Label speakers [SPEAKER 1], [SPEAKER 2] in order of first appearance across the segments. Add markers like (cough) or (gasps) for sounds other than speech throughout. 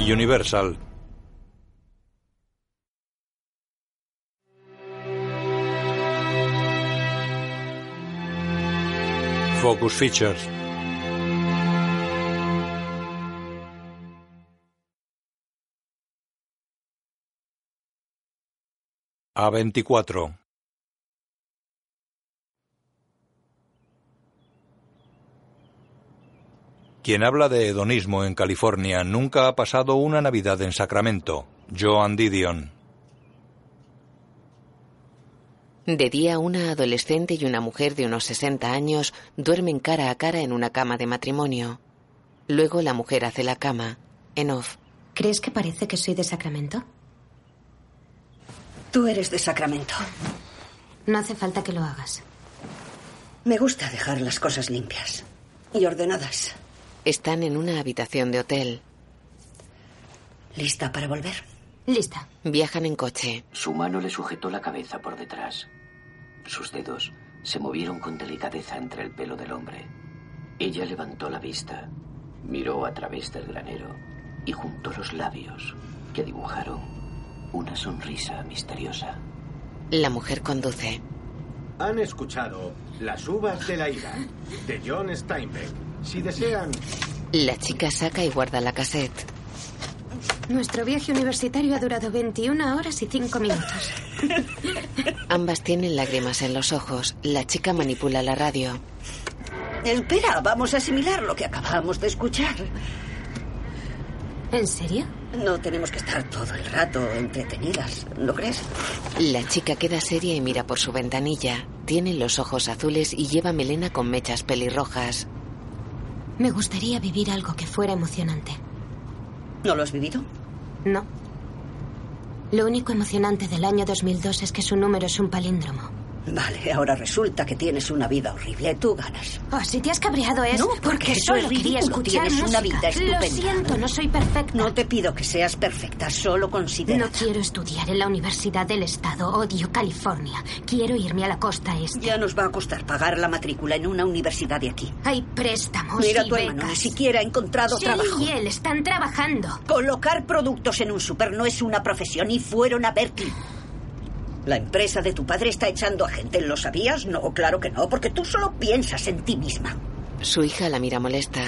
[SPEAKER 1] Universal. Focus Features. A24. Quien habla de hedonismo en California nunca ha pasado una Navidad en Sacramento. Joan Didion.
[SPEAKER 2] De día, una adolescente y una mujer de unos 60 años duermen cara a cara en una cama de matrimonio. Luego la mujer hace la cama, en off.
[SPEAKER 3] ¿Crees que parece que soy de Sacramento?
[SPEAKER 4] Tú eres de Sacramento.
[SPEAKER 3] No hace falta que lo hagas.
[SPEAKER 4] Me gusta dejar las cosas limpias y ordenadas.
[SPEAKER 2] Están en una habitación de hotel.
[SPEAKER 4] ¿Lista para volver?
[SPEAKER 3] Lista.
[SPEAKER 2] Viajan en coche.
[SPEAKER 5] Su mano le sujetó la cabeza por detrás. Sus dedos se movieron con delicadeza entre el pelo del hombre. Ella levantó la vista, miró a través del granero y juntó los labios que dibujaron una sonrisa misteriosa.
[SPEAKER 2] La mujer conduce.
[SPEAKER 6] Han escuchado Las uvas de la ira de John Steinbeck. Si desean...
[SPEAKER 2] La chica saca y guarda la cassette.
[SPEAKER 3] Nuestro viaje universitario ha durado 21 horas y 5 minutos.
[SPEAKER 2] Ambas tienen lágrimas en los ojos. La chica manipula la radio.
[SPEAKER 4] Espera, vamos a asimilar lo que acabamos de escuchar.
[SPEAKER 3] ¿En serio?
[SPEAKER 4] No tenemos que estar todo el rato entretenidas, ¿no crees?
[SPEAKER 2] La chica queda seria y mira por su ventanilla. Tiene los ojos azules y lleva melena con mechas pelirrojas.
[SPEAKER 3] Me gustaría vivir algo que fuera emocionante.
[SPEAKER 4] ¿No lo has vivido?
[SPEAKER 3] No. Lo único emocionante del año 2002 es que su número es un palíndromo.
[SPEAKER 4] Vale, ahora resulta que tienes una vida horrible. Tú ganas.
[SPEAKER 3] Oh, si te has cabreado es
[SPEAKER 4] No, porque
[SPEAKER 3] porque
[SPEAKER 4] eso
[SPEAKER 3] solo
[SPEAKER 4] es ridículo.
[SPEAKER 3] quería escuchar
[SPEAKER 4] Tienes una
[SPEAKER 3] música.
[SPEAKER 4] vida
[SPEAKER 3] Lo
[SPEAKER 4] estupenda.
[SPEAKER 3] siento, no soy perfecta.
[SPEAKER 4] No te pido que seas perfecta, solo considera.
[SPEAKER 3] No quiero estudiar en la Universidad del Estado. Odio California. Quiero irme a la costa este.
[SPEAKER 4] Ya nos va a costar pagar la matrícula en una universidad de aquí.
[SPEAKER 3] Hay préstamos
[SPEAKER 4] Mira
[SPEAKER 3] y
[SPEAKER 4] a tu hermano, ni
[SPEAKER 3] becas.
[SPEAKER 4] siquiera ha encontrado
[SPEAKER 3] Shelly
[SPEAKER 4] trabajo.
[SPEAKER 3] y él están trabajando.
[SPEAKER 4] Colocar productos en un súper no es una profesión y fueron a Berkeley. La empresa de tu padre está echando a gente, ¿lo sabías? No, claro que no, porque tú solo piensas en ti misma.
[SPEAKER 2] Su hija la mira molesta.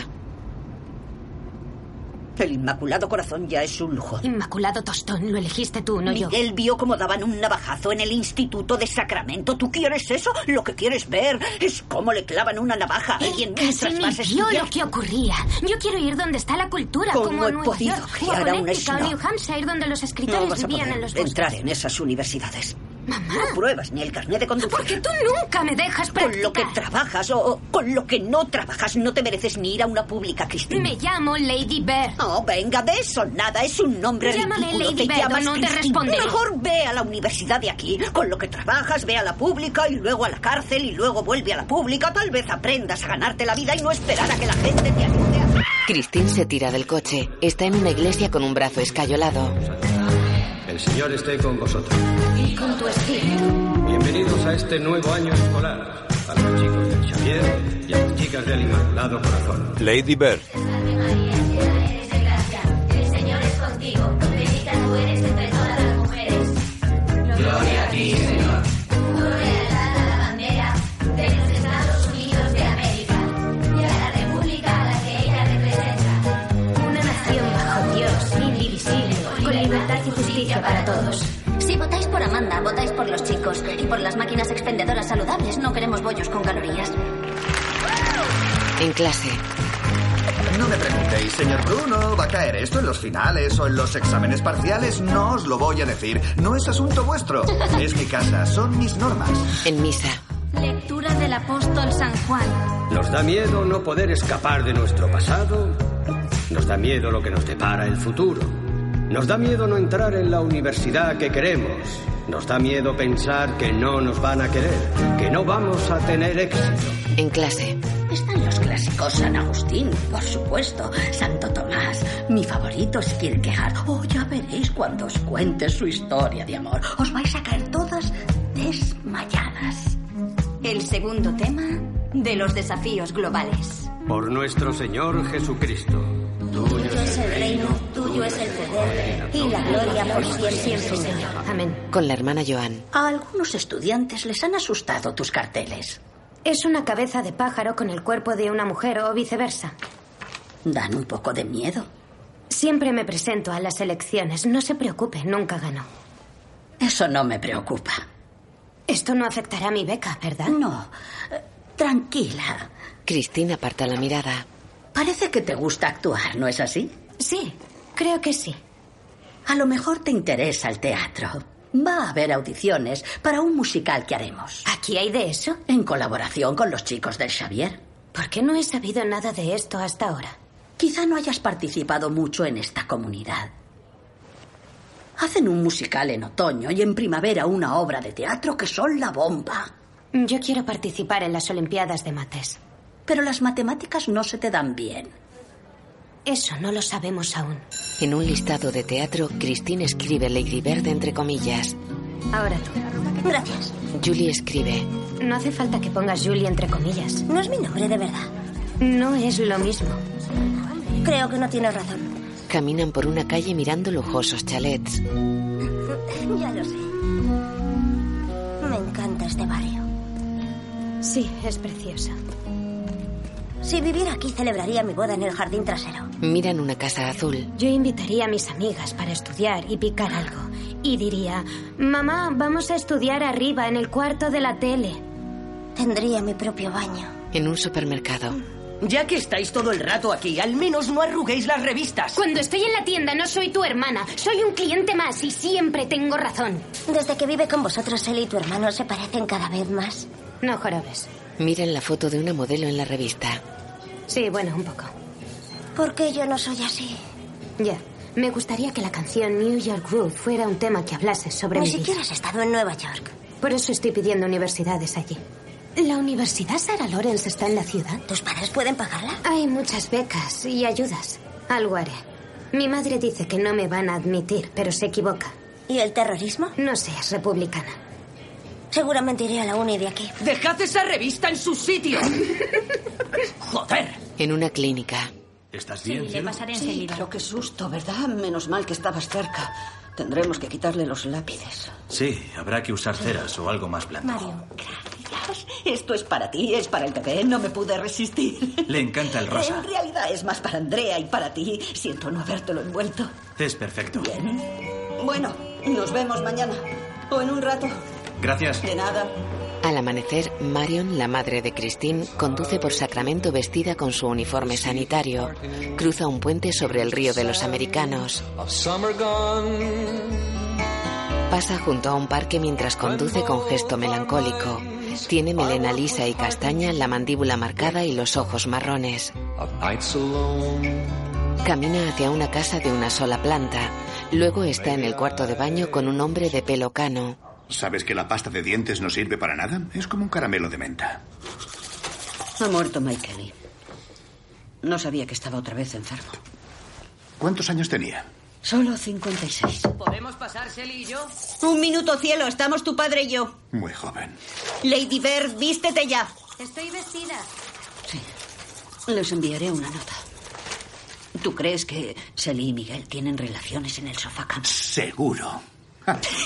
[SPEAKER 4] El Inmaculado Corazón ya es un lujo.
[SPEAKER 3] Inmaculado Tostón, lo elegiste tú, no yo. Eh,
[SPEAKER 4] Miguel vio cómo daban un navajazo en el Instituto de Sacramento. ¿Tú quieres eso? Lo que quieres ver es cómo le clavan una navaja a alguien
[SPEAKER 3] Casi
[SPEAKER 4] mientras
[SPEAKER 3] ni
[SPEAKER 4] vas a
[SPEAKER 3] vio
[SPEAKER 4] estudiar.
[SPEAKER 3] lo que ocurría. Yo quiero ir donde está la cultura,
[SPEAKER 4] ¿Cómo
[SPEAKER 3] como a
[SPEAKER 4] he
[SPEAKER 3] Nueva
[SPEAKER 4] podido
[SPEAKER 3] York, o a
[SPEAKER 4] criar a una
[SPEAKER 3] Connecticut, o
[SPEAKER 4] snob?
[SPEAKER 3] New Hampshire, donde los
[SPEAKER 4] No
[SPEAKER 3] escritores
[SPEAKER 4] vas a
[SPEAKER 3] vivían
[SPEAKER 4] poder
[SPEAKER 3] en los bosques.
[SPEAKER 4] entrar en esas universidades.
[SPEAKER 3] Mamá,
[SPEAKER 4] No pruebas ni el carnet de conducir.
[SPEAKER 3] porque tú nunca me dejas
[SPEAKER 4] Con lo que
[SPEAKER 3] practicar.
[SPEAKER 4] trabajas o o con lo que no trabajas no te mereces ni ir a una pública, Cristina.
[SPEAKER 3] Me llamo Lady Bear.
[SPEAKER 4] No, venga, de eso nada. Es un nombre
[SPEAKER 3] Llámame
[SPEAKER 4] ridículo.
[SPEAKER 3] Lady
[SPEAKER 4] te
[SPEAKER 3] Bird o
[SPEAKER 4] llamas
[SPEAKER 3] no te
[SPEAKER 4] Cristina.
[SPEAKER 3] responderé.
[SPEAKER 4] Mejor ve a la universidad de aquí. Con lo que trabajas, ve a la pública y luego a la cárcel y luego vuelve a la pública. Tal vez aprendas a ganarte la vida y no esperar a que la gente te ayude a...
[SPEAKER 2] Christine se tira del coche. Está en una iglesia con un brazo escayolado.
[SPEAKER 7] El Señor esté con vosotros.
[SPEAKER 3] Y con tu espíritu.
[SPEAKER 7] Bienvenidos a este nuevo año escolar. A los chicos del Xavier y a las chicas del Inmaculado Corazón.
[SPEAKER 1] Lady Bird.
[SPEAKER 3] Una nación bajo Dios, indivisible, con libertad y justicia para todos.
[SPEAKER 8] Si votáis por Amanda, votáis por los chicos y por las máquinas expendedoras saludables. No queremos bollos con calorías.
[SPEAKER 2] En clase,
[SPEAKER 9] No me preguntéis, señor Bruno, ¿va a caer esto en los finales o en los exámenes parciales? No os lo voy a decir. No es asunto
[SPEAKER 2] (laughs)
[SPEAKER 9] vuestro. Es mi casa, son mis normas.
[SPEAKER 2] en misa,
[SPEAKER 8] Lectura del apóstol San Juan.
[SPEAKER 7] Nos da miedo no poder escapar de nuestro pasado. Nos da miedo lo que nos depara el futuro. Nos da miedo no entrar en la universidad que queremos. Nos da miedo pensar que no nos van a querer, que no vamos a tener éxito.
[SPEAKER 2] en clase,
[SPEAKER 10] están los clásicos San Agustín, por supuesto, Santo Tomás. Mi favorito es Kierkegaard. Oh, ya veréis cuando os cuente su historia de amor. Os vais a caer todas desmayadas. El segundo tema de los desafíos globales.
[SPEAKER 11] Por nuestro Señor Jesucristo.
[SPEAKER 10] Tuyo es el reino, tuyo es el poder y la gloria por siempre, Señor. Amén.
[SPEAKER 2] Con la hermana Joan.
[SPEAKER 4] Ah,
[SPEAKER 10] A algunos estudiantes les han asustado tus carteles.
[SPEAKER 3] Es una cabeza de pájaro con el cuerpo de una mujer o viceversa.
[SPEAKER 10] Dan un poco de miedo.
[SPEAKER 3] Siempre me presento a las elecciones. No se preocupe, nunca gano.
[SPEAKER 10] Eso no me preocupa.
[SPEAKER 3] Esto no afectará a mi beca, ¿verdad?
[SPEAKER 10] No. Eh, Tranquila.
[SPEAKER 2] Cristina aparta la mirada.
[SPEAKER 10] Parece que te gusta actuar, ¿no es así?
[SPEAKER 3] Sí, creo que sí.
[SPEAKER 10] A lo mejor te interesa el teatro. Va a haber audiciones para un musical que haremos.
[SPEAKER 3] ¿Aquí hay de eso?
[SPEAKER 10] En colaboración con los chicos del Xavier.
[SPEAKER 3] ¿Por qué no he sabido nada de esto hasta ahora?
[SPEAKER 10] Quizá no hayas participado mucho en esta comunidad. Hacen un musical en otoño y en primavera una obra de teatro que son la bomba.
[SPEAKER 3] Yo quiero participar en las Olimpiadas de Mates.
[SPEAKER 10] Pero las matemáticas no se te dan bien.
[SPEAKER 3] Eso no lo sabemos aún.
[SPEAKER 2] En un listado de teatro, Christine escribe Lady Bird entre comillas.
[SPEAKER 3] Ahora tú.
[SPEAKER 10] Gracias.
[SPEAKER 2] Julie escribe.
[SPEAKER 3] No hace falta que pongas Julie entre comillas.
[SPEAKER 10] No es mi nombre, de verdad.
[SPEAKER 3] No es lo mismo.
[SPEAKER 10] Creo que no tienes razón.
[SPEAKER 2] Caminan por una calle mirando lujosos chalets.
[SPEAKER 10] Ya lo sé. Me encanta este barrio.
[SPEAKER 3] Sí, es preciosa.
[SPEAKER 10] Si viviera aquí, celebraría mi boda en el jardín trasero.
[SPEAKER 2] Miran una casa azul.
[SPEAKER 3] Yo invitaría a mis amigas para estudiar y picar algo. Y diría, mamá, vamos a estudiar arriba en el cuarto de la tele.
[SPEAKER 10] Tendría mi propio baño.
[SPEAKER 2] En un supermercado.
[SPEAKER 12] Ya que estáis todo el rato aquí, al menos no arruguéis las revistas.
[SPEAKER 3] Cuando estoy en la tienda no soy tu hermana, soy un cliente más y siempre tengo razón.
[SPEAKER 10] Desde que vive con vosotros, él y tu hermano se parecen cada vez más.
[SPEAKER 3] No jorobes.
[SPEAKER 2] Miran la foto de una modelo en la revista.
[SPEAKER 3] Sí, bueno, un poco.
[SPEAKER 10] ¿Por qué yo no soy así?
[SPEAKER 3] Ya. Me gustaría que la canción New York Groove fuera un tema que hablase sobre
[SPEAKER 10] Ni
[SPEAKER 3] mi vida.
[SPEAKER 10] siquiera has estado en Nueva York.
[SPEAKER 3] Por eso estoy pidiendo universidades allí. ¿La Universidad Sarah Lawrence está en la ciudad?
[SPEAKER 10] ¿Tus padres pueden pagarla?
[SPEAKER 3] Hay muchas becas y ayudas. Algo haré. Mi madre dice que no me van a admitir, pero se equivoca.
[SPEAKER 10] ¿Y el terrorismo?
[SPEAKER 3] No seas republicana.
[SPEAKER 10] Seguramente iré a la uni de aquí.
[SPEAKER 12] ¡Dejad esa revista en su sitio! ¡Joder!
[SPEAKER 2] En una clínica.
[SPEAKER 13] ¿Estás bien,
[SPEAKER 10] Le
[SPEAKER 13] cielo?
[SPEAKER 10] pasaré
[SPEAKER 7] Sí,
[SPEAKER 10] enseguida.
[SPEAKER 7] pero qué susto, ¿verdad? Menos mal que estabas cerca. Tendremos que quitarle los lápices.
[SPEAKER 13] Sí, habrá que usar ceras o algo más blando.
[SPEAKER 7] Mario, gracias. Esto es para ti, es para el bebé. No me pude resistir.
[SPEAKER 13] Le encanta el rosa.
[SPEAKER 3] Eh.
[SPEAKER 7] En realidad es más para Andrea y para ti. Siento no habértelo envuelto.
[SPEAKER 13] Es perfecto.
[SPEAKER 7] Bien. Bueno, nos vemos mañana. O en un rato.
[SPEAKER 13] Gracias.
[SPEAKER 7] De nada.
[SPEAKER 2] Al amanecer, Marion, la madre de Christine, conduce por Sacramento vestida con su uniforme sanitario. Cruza un puente sobre el río de los americanos. Pasa junto a un parque mientras conduce con gesto melancólico. Tiene melena lisa y castaña, la mandíbula marcada y los ojos marrones. Camina hacia una casa de una sola planta. Luego está en el cuarto de baño con un hombre de pelo cano.
[SPEAKER 13] ¿Sabes que la pasta de dientes no sirve para nada? Es como un caramelo de menta.
[SPEAKER 7] Ha muerto Mike Kelly. No sabía que estaba otra vez enfermo.
[SPEAKER 13] ¿Cuántos años tenía?
[SPEAKER 7] Solo 56.
[SPEAKER 12] ¿Podemos pasar, Shelly y yo?
[SPEAKER 4] Un minuto, cielo, estamos tu padre y yo.
[SPEAKER 13] Muy joven.
[SPEAKER 4] Lady Bird, vístete ya.
[SPEAKER 3] Estoy vestida.
[SPEAKER 7] Sí. Les enviaré una nota. ¿Tú crees que Sally y Miguel tienen relaciones en el sofá cama?
[SPEAKER 13] Seguro.
[SPEAKER 2] (laughs)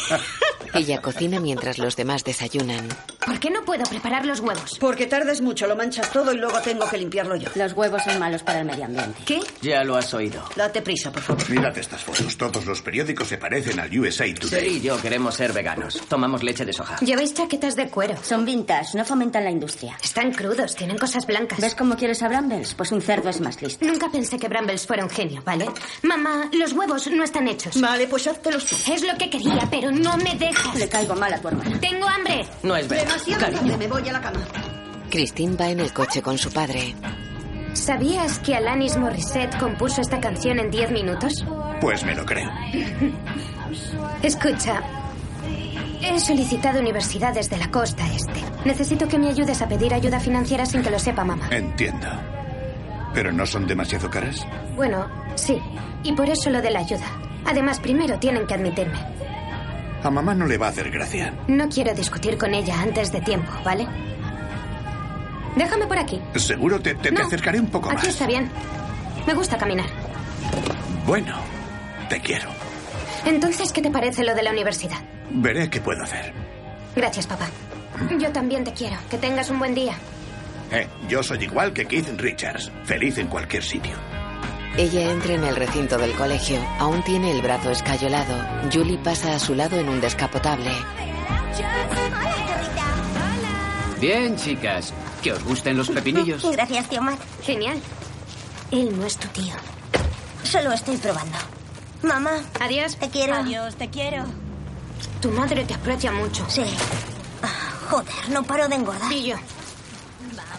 [SPEAKER 2] Ella cocina mientras los demás desayunan.
[SPEAKER 3] ¿Por qué no puedo preparar los huevos?
[SPEAKER 4] Porque tardes mucho, lo manchas todo y luego tengo que limpiarlo yo.
[SPEAKER 7] Los huevos son malos para el medio ambiente.
[SPEAKER 4] ¿Qué?
[SPEAKER 12] Ya lo has oído.
[SPEAKER 4] Date prisa, por favor.
[SPEAKER 13] Mirad estas fotos. Todos los periódicos se parecen al USA
[SPEAKER 12] Shelly y yo queremos ser veganos. Tomamos leche de soja.
[SPEAKER 3] Lleváis chaquetas de cuero.
[SPEAKER 10] Son vintage, no fomentan la industria.
[SPEAKER 3] Están crudos, tienen cosas blancas.
[SPEAKER 10] ¿Ves cómo quieres a Brambles? Pues un cerdo es más listo.
[SPEAKER 3] Nunca pensé que Brambles fuera un genio, ¿vale? Mamá, los huevos no están hechos.
[SPEAKER 4] Vale, pues háztelos tú.
[SPEAKER 3] es lo que quería, pero no me
[SPEAKER 10] Le
[SPEAKER 3] dejas.
[SPEAKER 10] caigo mal a tu hermana.
[SPEAKER 3] Tengo hambre.
[SPEAKER 12] No es verdad.
[SPEAKER 4] Demasiado tarde, me voy a la cama.
[SPEAKER 2] Christine va en el coche con su padre.
[SPEAKER 3] ¿Sabías que Alanis Morissette compuso esta canción en 10 minutos?
[SPEAKER 13] Pues me lo creo.
[SPEAKER 3] Escucha. Es He solicitado universidades de la costa este. Necesito que me ayudes a pedir ayuda financiera sin que lo sepa mamá.
[SPEAKER 13] Entiendo. ¿Pero no son demasiado caras?
[SPEAKER 3] Bueno, sí. Y por eso lo de la ayuda. Además, primero tienen que admitirme.
[SPEAKER 13] A mamá no le va a hacer gracia.
[SPEAKER 3] No quiero discutir con ella antes de tiempo, ¿vale? Déjame por aquí.
[SPEAKER 13] Seguro te, te, te
[SPEAKER 3] No.
[SPEAKER 13] acercaré un poco
[SPEAKER 3] aquí
[SPEAKER 13] más.
[SPEAKER 3] está bien. Me gusta caminar.
[SPEAKER 13] Bueno, te quiero.
[SPEAKER 3] Entonces, ¿qué te parece lo de la universidad?
[SPEAKER 13] Veré qué puedo hacer.
[SPEAKER 3] Gracias, papá. Yo también te quiero. Que tengas un buen día.
[SPEAKER 13] Eh, yo soy igual que Keith Richards, feliz en cualquier sitio.
[SPEAKER 2] Ella entra en el recinto del colegio. Aún tiene el brazo escayolado. Julie pasa a su lado en un descapotable.
[SPEAKER 1] Bien, chicas. ¿Que os gusten los pepinillos?
[SPEAKER 14] Gracias, tío Matt.
[SPEAKER 3] Genial. Él no es tu tío.
[SPEAKER 14] Solo estoy probando.
[SPEAKER 3] Mamá. Adiós. Te
[SPEAKER 14] quiero.
[SPEAKER 3] Adiós, te quiero. Tu madre te aprecia mucho.
[SPEAKER 14] Sí. Ah, Joder, no paro de engordar.
[SPEAKER 3] Y yo.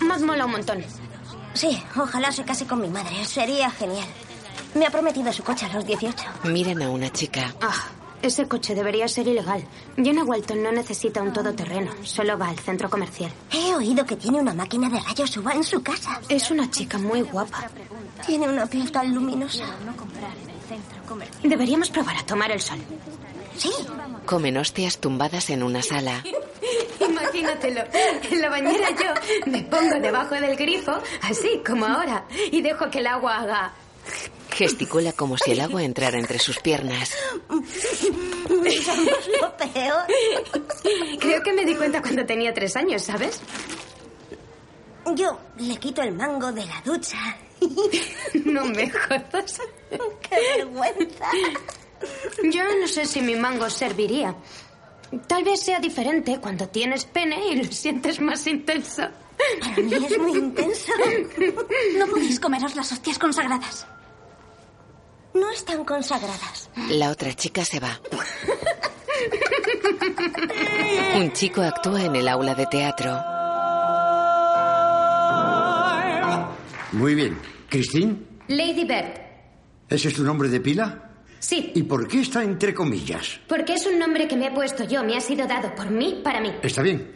[SPEAKER 3] Más mola un montón.
[SPEAKER 14] Sí, ojalá se case con mi madre. Sería genial. Me ha prometido su coche a los 18.
[SPEAKER 2] Miren a una chica.
[SPEAKER 3] Ah, ese coche debería ser ilegal. Jenna Walton no necesita un todoterreno. Solo va al centro comercial.
[SPEAKER 14] He oído que tiene una máquina de rayos UVA en su casa.
[SPEAKER 3] Es una chica muy guapa.
[SPEAKER 14] Tiene una piel tan luminosa.
[SPEAKER 3] Deberíamos probar a tomar el sol.
[SPEAKER 14] Sí.
[SPEAKER 3] (clears throat)
[SPEAKER 2] Comen hostias tumbadas en una sala.
[SPEAKER 12] (laughs) Imagínatelo. En la bañera yo me pongo debajo del grifo, así como ahora, y dejo que el agua haga.
[SPEAKER 2] Gesticula como si el agua entrara entre sus piernas.
[SPEAKER 14] Somos lo peor.
[SPEAKER 12] Creo que me di cuenta cuando tenía tres años, ¿sabes?
[SPEAKER 14] Yo le quito el mango de la ducha.
[SPEAKER 12] (laughs) No me jodas.
[SPEAKER 14] ¡Qué vergüenza!
[SPEAKER 3] Yo no sé si mi mango serviría. Tal vez sea diferente cuando tienes pene y lo sientes más intenso.
[SPEAKER 14] Para mí es muy intenso. No podéis comeros las hostias consagradas. No están consagradas.
[SPEAKER 2] La otra chica se va. Un chico actúa en el aula de teatro.
[SPEAKER 15] Muy bien. ¿Christine?
[SPEAKER 12] Lady Bird.
[SPEAKER 15] ¿Ese es tu nombre de pila?
[SPEAKER 12] Sí.
[SPEAKER 15] ¿Y por qué está entre comillas?
[SPEAKER 12] Porque es un nombre que me he puesto yo, me ha sido dado por mí para mí.
[SPEAKER 15] Está bien.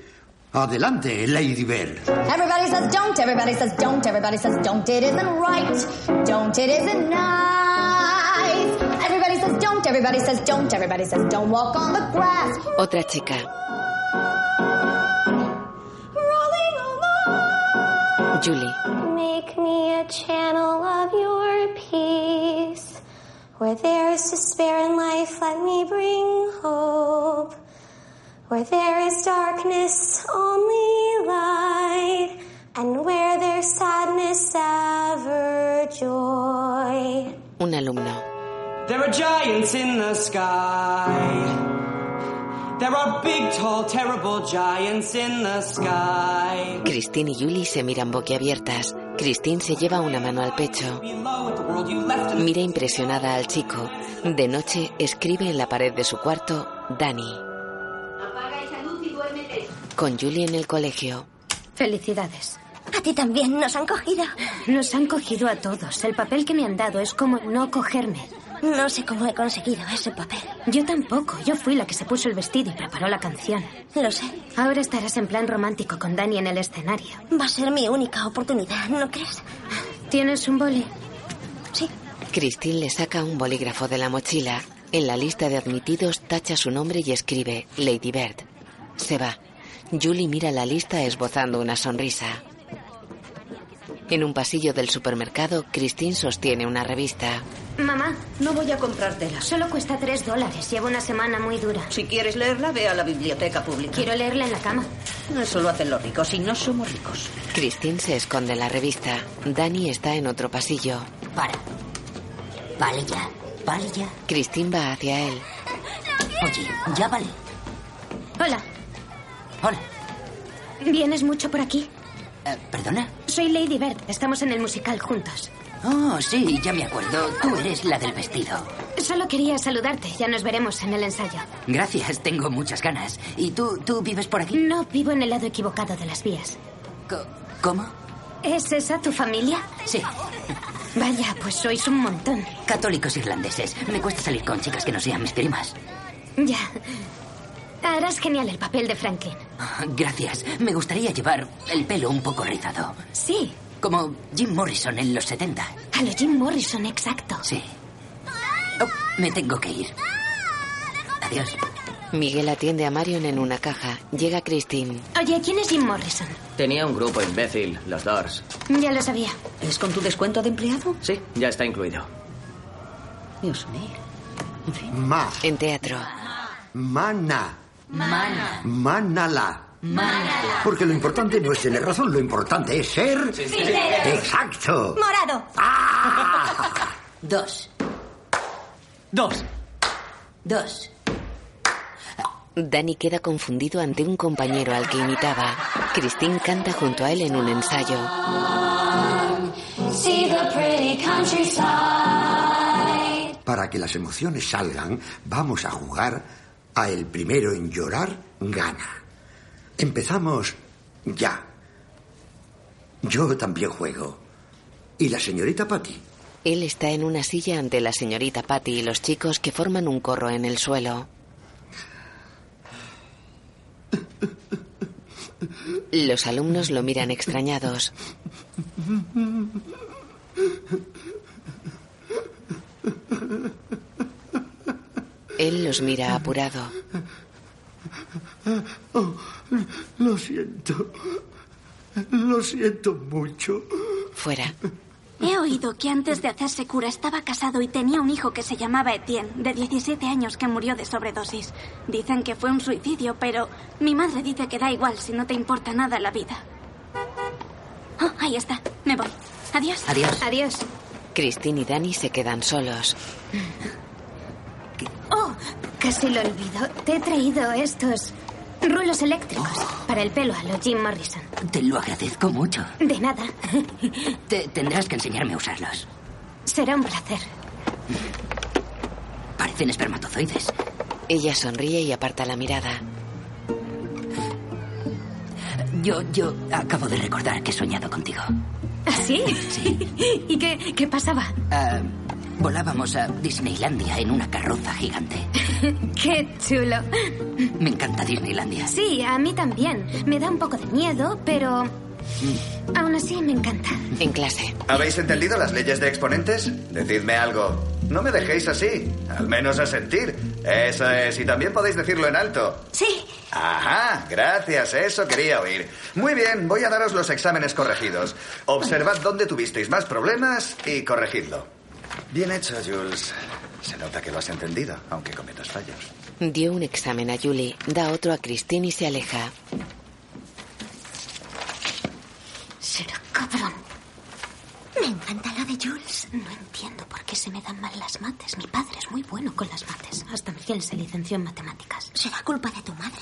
[SPEAKER 15] Adelante, Lady Bell.
[SPEAKER 16] Everybody says don't, everybody says don't, everybody says don't, it isn't right, don't, it isn't nice. Everybody says don't, everybody says don't, everybody says don't walk on the grass.
[SPEAKER 2] Otra chica. Julie.
[SPEAKER 17] Make me a channel of your peace. Where there is despair in life, let me bring hope. Where there is darkness, only light. And where there's sadness, ever joy.
[SPEAKER 2] Un alumno.
[SPEAKER 6] There are giants in the sky. There are big, tall, terrible giants in the sky.
[SPEAKER 2] Christine y Julie se miran boquiabiertas. Christine se lleva una mano al pecho. Mira impresionada al chico. De noche escribe en la pared de su cuarto Dani. Con Julie en el colegio.
[SPEAKER 3] Felicidades.
[SPEAKER 14] A ti también nos han cogido.
[SPEAKER 3] Nos han cogido a todos. El papel que me han dado es como no cogerme.
[SPEAKER 14] No sé cómo he conseguido ese papel.
[SPEAKER 3] Yo tampoco. Yo fui la que se puso el vestido y preparó la canción.
[SPEAKER 14] Lo sé.
[SPEAKER 3] Ahora estarás en plan romántico con Dani en el escenario.
[SPEAKER 14] Va a ser mi única oportunidad, ¿no crees?
[SPEAKER 3] ¿Tienes un boli?
[SPEAKER 2] Christine le saca un bolígrafo de la mochila. En la lista de admitidos tacha su nombre y escribe Lady Bird. Se va. Julie mira la lista esbozando una sonrisa. En un pasillo del supermercado, Christine sostiene una revista.
[SPEAKER 3] Mamá,
[SPEAKER 4] no voy a comprártela.
[SPEAKER 3] Solo cuesta tres dólares. Llevo una semana muy dura.
[SPEAKER 4] Si quieres leerla, ve a la biblioteca pública.
[SPEAKER 3] Quiero leerla en la cama.
[SPEAKER 4] Eso lo hacen los ricos y no somos ricos.
[SPEAKER 2] Christine se esconde la revista. Danny está en otro pasillo.
[SPEAKER 10] Para. Vale ya, vale ya.
[SPEAKER 2] Christine va hacia él.
[SPEAKER 10] Oye, ya vale.
[SPEAKER 3] Hola.
[SPEAKER 10] Hola. Eh,
[SPEAKER 3] ¿Vienes mucho por aquí?
[SPEAKER 10] ¿Perdona?
[SPEAKER 3] Soy Lady Bird. Estamos en el musical juntos.
[SPEAKER 10] Oh, sí, ya me acuerdo. Tú eres la del vestido.
[SPEAKER 3] Solo quería saludarte. Ya nos veremos en el ensayo.
[SPEAKER 10] Gracias, tengo muchas ganas. ¿Y tú, tú vives por aquí?
[SPEAKER 3] No vivo en el lado equivocado de las vías.
[SPEAKER 10] ¿Cómo?
[SPEAKER 3] ¿Es esa tu familia?
[SPEAKER 10] Sí.
[SPEAKER 3] Vaya, pues sois un montón.
[SPEAKER 10] Católicos irlandeses. Me cuesta salir con chicas que no sean mis primas.
[SPEAKER 3] Ya. Harás genial el papel de Franklin.
[SPEAKER 18] Gracias. Me gustaría llevar el pelo un poco rizado.
[SPEAKER 3] Sí,
[SPEAKER 18] Como Jim Morrison en los 70.
[SPEAKER 3] a lo Jim Morrison, exacto.
[SPEAKER 18] Sí. Oh, me tengo que ir. Adiós.
[SPEAKER 2] Miguel atiende a Marion en una caja. Llega Christine.
[SPEAKER 3] Oye, ¿quién es Jim Morrison?
[SPEAKER 5] Tenía un grupo imbécil, los Doors.
[SPEAKER 3] Ya lo sabía.
[SPEAKER 4] ¿Es con tu descuento de empleado?
[SPEAKER 5] Sí, ya está incluido.
[SPEAKER 4] Dios mío.
[SPEAKER 15] Ma.
[SPEAKER 2] En teatro.
[SPEAKER 15] Mana.
[SPEAKER 4] Mana.
[SPEAKER 15] Manala.
[SPEAKER 8] Manala.
[SPEAKER 15] Porque lo importante no es tener razón, lo importante es ser.
[SPEAKER 8] Sinceros.
[SPEAKER 15] Exacto.
[SPEAKER 8] Morado.
[SPEAKER 3] Ah,
[SPEAKER 8] Ah.
[SPEAKER 10] Dos.
[SPEAKER 2] Dos.
[SPEAKER 10] Dos.
[SPEAKER 2] Danny queda confundido ante un compañero al que imitaba. Christine canta junto a él en un ensayo.
[SPEAKER 16] See the pretty countryside.
[SPEAKER 15] Para que las emociones salgan, vamos a jugar a el primero en llorar gana. Empezamos ya. Yo también juego. ¿Y la señorita Patty?
[SPEAKER 2] Él está en una silla ante la señorita Patty y los chicos que forman un corro en el suelo. Los alumnos lo miran extrañados.
[SPEAKER 16] Mm-hmm.
[SPEAKER 2] Él los mira apurado.
[SPEAKER 15] Oh, lo siento. Lo siento mucho.
[SPEAKER 2] Fuera.
[SPEAKER 8] He oído que antes de hacerse cura estaba casado y tenía un hijo que se llamaba Etienne, de 17 años, que murió de sobredosis. Dicen que fue un suicidio, pero mi madre dice que da igual si no te importa nada la vida. Oh, ahí está. Me voy. Adiós.
[SPEAKER 2] Adiós.
[SPEAKER 3] Adiós.
[SPEAKER 2] Christine y Danny se quedan solos.
[SPEAKER 3] Oh, casi lo olvido. Te he traído estos rulos eléctricos
[SPEAKER 18] Oh.
[SPEAKER 3] para el pelo a lo Jim Morrison.
[SPEAKER 18] Te lo agradezco mucho.
[SPEAKER 3] De nada.
[SPEAKER 18] (laughs) Te- tendrás que enseñarme a usarlos.
[SPEAKER 3] Será un placer.
[SPEAKER 18] Parecen espermatozoides.
[SPEAKER 2] Ella sonríe y aparta la mirada.
[SPEAKER 18] Yo, yo acabo de recordar que he soñado contigo.
[SPEAKER 3] ¿Así? ¿Ah, sí? (laughs) ¿Y qué, qué pasaba?
[SPEAKER 18] Ah, volábamos a Disneylandia en una carroza gigante.
[SPEAKER 3] Qué chulo.
[SPEAKER 18] Me encanta Disneylandia.
[SPEAKER 3] Sí, a mí también. Me da un poco de miedo, pero
[SPEAKER 18] Mm.
[SPEAKER 3] aún así me encanta.
[SPEAKER 2] En clase.
[SPEAKER 9] ¿Habéis entendido las leyes de exponentes? Decidme algo. No me dejéis así, al menos a sentir. Eso es, y también podéis decirlo en alto.
[SPEAKER 8] Sí.
[SPEAKER 9] Ajá, gracias, eso quería oír. Muy bien, voy a daros los exámenes corregidos. Observad dónde tuvisteis más problemas y corregidlo. Bien hecho, Jules. Se nota que lo has entendido, aunque cometas fallos.
[SPEAKER 2] Dio un examen a Julie, da otro a Christine y se aleja.
[SPEAKER 8] Será cabrón. Me encanta lo de Jules. No entiendo por qué se me dan mal las mates. Mi padre es muy bueno con las mates.
[SPEAKER 3] Hasta Miguel se licenció en matemáticas.
[SPEAKER 8] Será culpa de tu madre.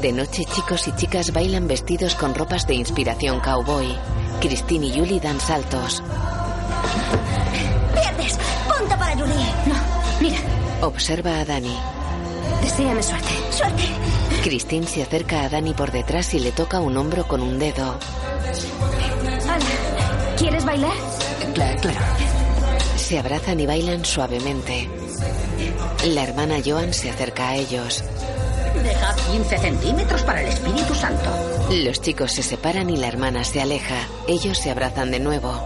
[SPEAKER 2] De noche, chicos y chicas bailan vestidos con ropas de inspiración cowboy. Christine y Julie dan saltos.
[SPEAKER 8] ¡Pierdes! ¡Punto para Julie!
[SPEAKER 3] No, mira,
[SPEAKER 2] Observa a Danny.
[SPEAKER 3] deséame suerte.
[SPEAKER 8] ¡Suerte!
[SPEAKER 2] Christine se acerca a Danny por detrás y le toca un hombro con un dedo.
[SPEAKER 3] Hola, ¿quieres bailar?
[SPEAKER 18] Claro, claro.
[SPEAKER 2] Se abrazan y bailan suavemente. La hermana Joan se acerca a ellos.
[SPEAKER 10] Deja 15 centímetros para el Espíritu Santo.
[SPEAKER 2] Los chicos se separan y la hermana se aleja. Ellos se abrazan de nuevo.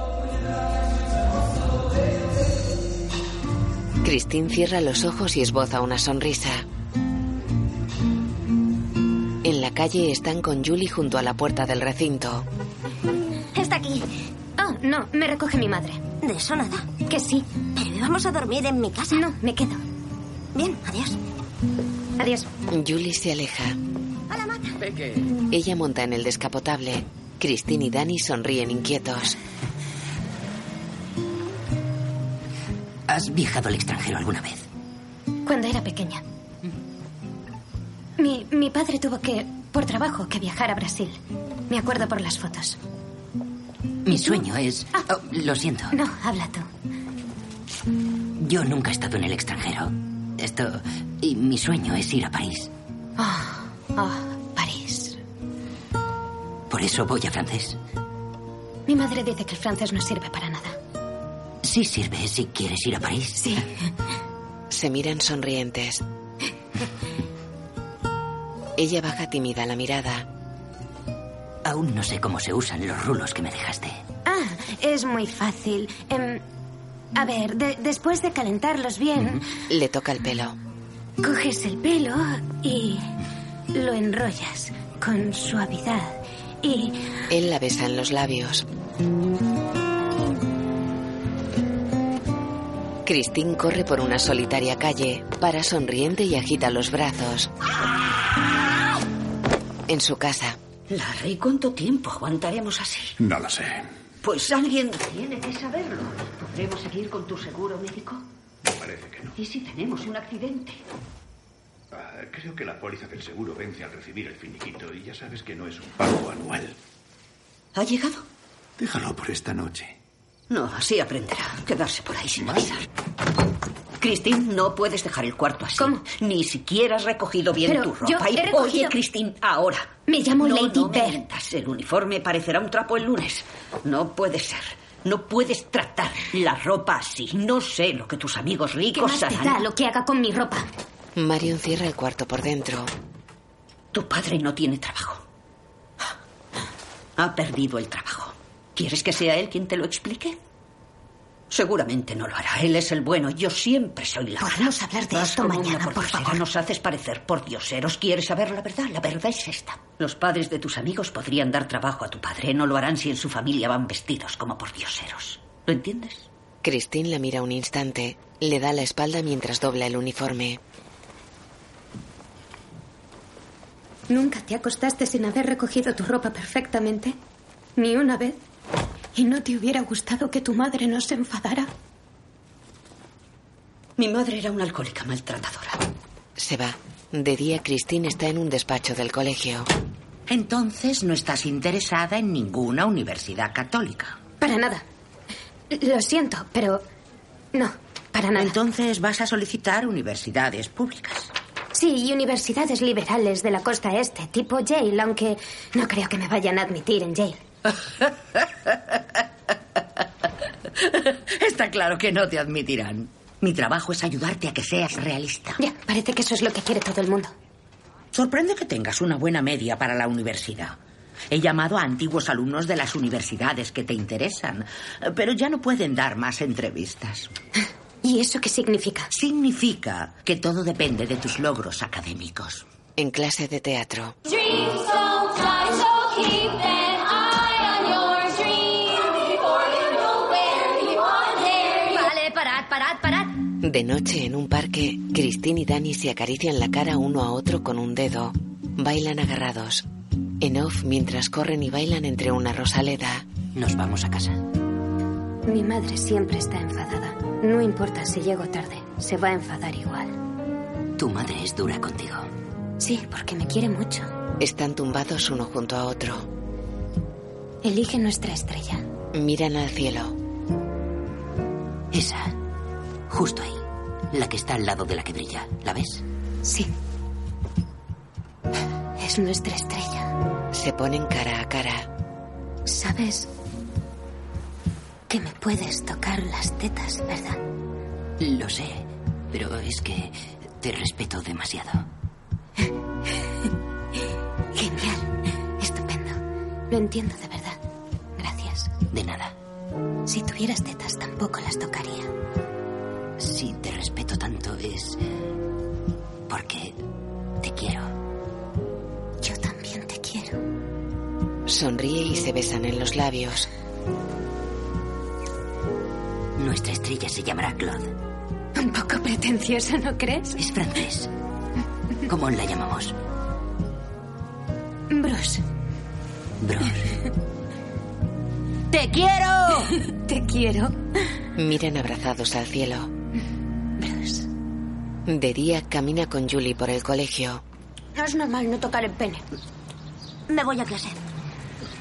[SPEAKER 2] Christine cierra los ojos y esboza una sonrisa. En la calle están con Julie junto a la puerta del recinto.
[SPEAKER 8] Está aquí.
[SPEAKER 3] Oh, no, me recoge mi madre.
[SPEAKER 8] De eso nada.
[SPEAKER 3] Que sí.
[SPEAKER 8] Pero vamos a dormir en mi casa.
[SPEAKER 3] No, me quedo.
[SPEAKER 8] Bien, adiós.
[SPEAKER 3] Adiós.
[SPEAKER 2] Julie se aleja. Ella monta en el descapotable. Christine y Danny sonríen inquietos.
[SPEAKER 18] ¿Has viajado al extranjero alguna vez?
[SPEAKER 3] Cuando era pequeña. Mi, mi padre tuvo que, por trabajo, que viajar a Brasil. Me acuerdo por las fotos.
[SPEAKER 18] Mi sueño es... Oh, lo siento.
[SPEAKER 3] Ah. No, habla tú.
[SPEAKER 18] Yo nunca he estado en el extranjero. Esto... Y mi sueño es ir a París.
[SPEAKER 3] Ah, ah, París.
[SPEAKER 18] Por eso voy a francés.
[SPEAKER 3] Mi madre dice que el francés no sirve para nada.
[SPEAKER 18] Sí sirve si quieres ir a París.
[SPEAKER 3] Sí.
[SPEAKER 2] Se miran sonrientes. Ella baja tímida la mirada.
[SPEAKER 18] Aún no sé cómo se usan los rulos que me dejaste.
[SPEAKER 3] Ah, es muy fácil. Em, a ver, de- después de calentarlos bien,
[SPEAKER 2] Le toca el pelo.
[SPEAKER 3] coges el pelo y lo enrollas con suavidad. Y
[SPEAKER 2] Él la besa en los labios. Christine corre por una solitaria calle, para sonriente y agita los brazos. En su casa,
[SPEAKER 4] Larry, ¿cuánto tiempo aguantaremos así?
[SPEAKER 13] No lo sé.
[SPEAKER 19] Pues alguien
[SPEAKER 4] Tiene que saberlo. ¿Podremos seguir con tu seguro médico?
[SPEAKER 13] Parece que no.
[SPEAKER 4] ¿Y si tenemos un accidente?
[SPEAKER 13] Ah, Creo que la póliza del seguro vence al recibir el finiquito y ya sabes que no es un pago anual.
[SPEAKER 4] ¿Ha llegado?
[SPEAKER 13] Déjalo Ah, por esta noche.
[SPEAKER 4] No, así aprenderá. Quedarse por ahí sin avisar. Christine, no puedes dejar el cuarto así. ¿Cómo? Ni siquiera has recogido bien
[SPEAKER 20] Pero
[SPEAKER 4] tu
[SPEAKER 20] yo
[SPEAKER 4] ropa. Y-
[SPEAKER 20] he recogido-
[SPEAKER 4] Oye, Christine, ahora.
[SPEAKER 20] Me llamo
[SPEAKER 4] No,
[SPEAKER 20] Lady
[SPEAKER 4] no me
[SPEAKER 20] Bird.
[SPEAKER 4] mientas. El uniforme parecerá un trapo el lunes. No puede ser. No puedes tratar la ropa así. No sé lo que tus amigos
[SPEAKER 3] ¿qué
[SPEAKER 4] ricos
[SPEAKER 3] más te
[SPEAKER 4] harán.
[SPEAKER 3] da lo que haga con mi ropa?
[SPEAKER 2] Marion cierra el cuarto por dentro.
[SPEAKER 4] Tu padre no tiene trabajo. Ha perdido el trabajo. ¿Quieres que sea él quien te lo explique? Seguramente no lo hará. Él es el bueno. Yo siempre soy la Podemos hablar de esto mañana, por favor. Nos haces parecer por dioseros. ¿Quieres saber la verdad? La verdad es esta. Los padres de tus amigos podrían dar trabajo a tu padre. No lo harán si en su familia van vestidos como por dioseros. ¿Lo entiendes?
[SPEAKER 2] Christine la mira un instante, le da la espalda mientras dobla el uniforme.
[SPEAKER 3] ¿Nunca te acostaste sin haber recogido tu ropa perfectamente? ¿Ni una vez? ¿Y no te hubiera gustado que tu madre no se enfadara?
[SPEAKER 4] Mi madre era una alcohólica maltratadora.
[SPEAKER 2] Se va. De día, Christine está en un despacho del colegio.
[SPEAKER 10] Entonces no estás interesada en ninguna universidad católica.
[SPEAKER 3] Para nada. Lo siento, pero no, para nada.
[SPEAKER 10] Entonces vas a solicitar universidades públicas.
[SPEAKER 3] Sí, y universidades liberales de la costa este, tipo Yale, aunque no creo que me vayan a admitir en Yale.
[SPEAKER 10] Está claro que no te admitirán. Mi trabajo es ayudarte a que seas realista.
[SPEAKER 3] Ya, parece que eso es lo que quiere todo el mundo.
[SPEAKER 10] Sorprende que tengas una buena media para la universidad. He llamado a antiguos alumnos de las universidades que te interesan, pero ya no pueden dar más entrevistas.
[SPEAKER 3] (laughs) ¿Y eso qué significa?
[SPEAKER 10] Significa que todo depende de tus logros académicos.
[SPEAKER 2] En clase de teatro,
[SPEAKER 16] Dream sometimes, so keep an eye on your dream before you know where you are there.
[SPEAKER 3] Vale, parad, parad, parad.
[SPEAKER 2] de noche en un parque, Christine y Danny se acarician la cara uno a otro con un dedo. Bailan agarrados. En off, mientras corren y bailan entre una rosaleda.
[SPEAKER 18] Nos vamos a casa.
[SPEAKER 3] Mi madre siempre está enfadada. No importa si llego tarde, se va a enfadar igual.
[SPEAKER 18] Tu madre es dura contigo.
[SPEAKER 3] Sí, porque me quiere mucho.
[SPEAKER 2] Están tumbados uno junto a otro.
[SPEAKER 3] Elige nuestra estrella.
[SPEAKER 2] Miran al cielo.
[SPEAKER 18] Esa. Justo ahí. La que está al lado de la que brilla. ¿La ves?
[SPEAKER 3] Sí. Es nuestra estrella.
[SPEAKER 2] Se ponen cara a cara.
[SPEAKER 3] Sabes que me puedes tocar las tetas, ¿verdad? (laughs)
[SPEAKER 18] Lo sé, pero es que te respeto demasiado.
[SPEAKER 3] Genial. Estupendo. Lo entiendo de verdad. Gracias.
[SPEAKER 18] De nada.
[SPEAKER 3] Si tuvieras tetas tampoco las tocaría.
[SPEAKER 18] Si te respeto tanto es porque te quiero.
[SPEAKER 3] Yo también te quiero.
[SPEAKER 2] Sonríe y se besan en los labios.
[SPEAKER 18] Nuestra estrella se llamará Claude.
[SPEAKER 3] Un poco pretenciosa, ¿no crees?
[SPEAKER 18] Es francés. ¿Cómo la llamamos?
[SPEAKER 3] Bruce,
[SPEAKER 18] Bruce.
[SPEAKER 3] (laughs) te quiero. (laughs) te quiero.
[SPEAKER 2] Miran abrazados al cielo.
[SPEAKER 3] Bruce.
[SPEAKER 2] De día camina con Julie por el colegio.
[SPEAKER 3] No es normal no tocar el pene.
[SPEAKER 8] Me voy a clase.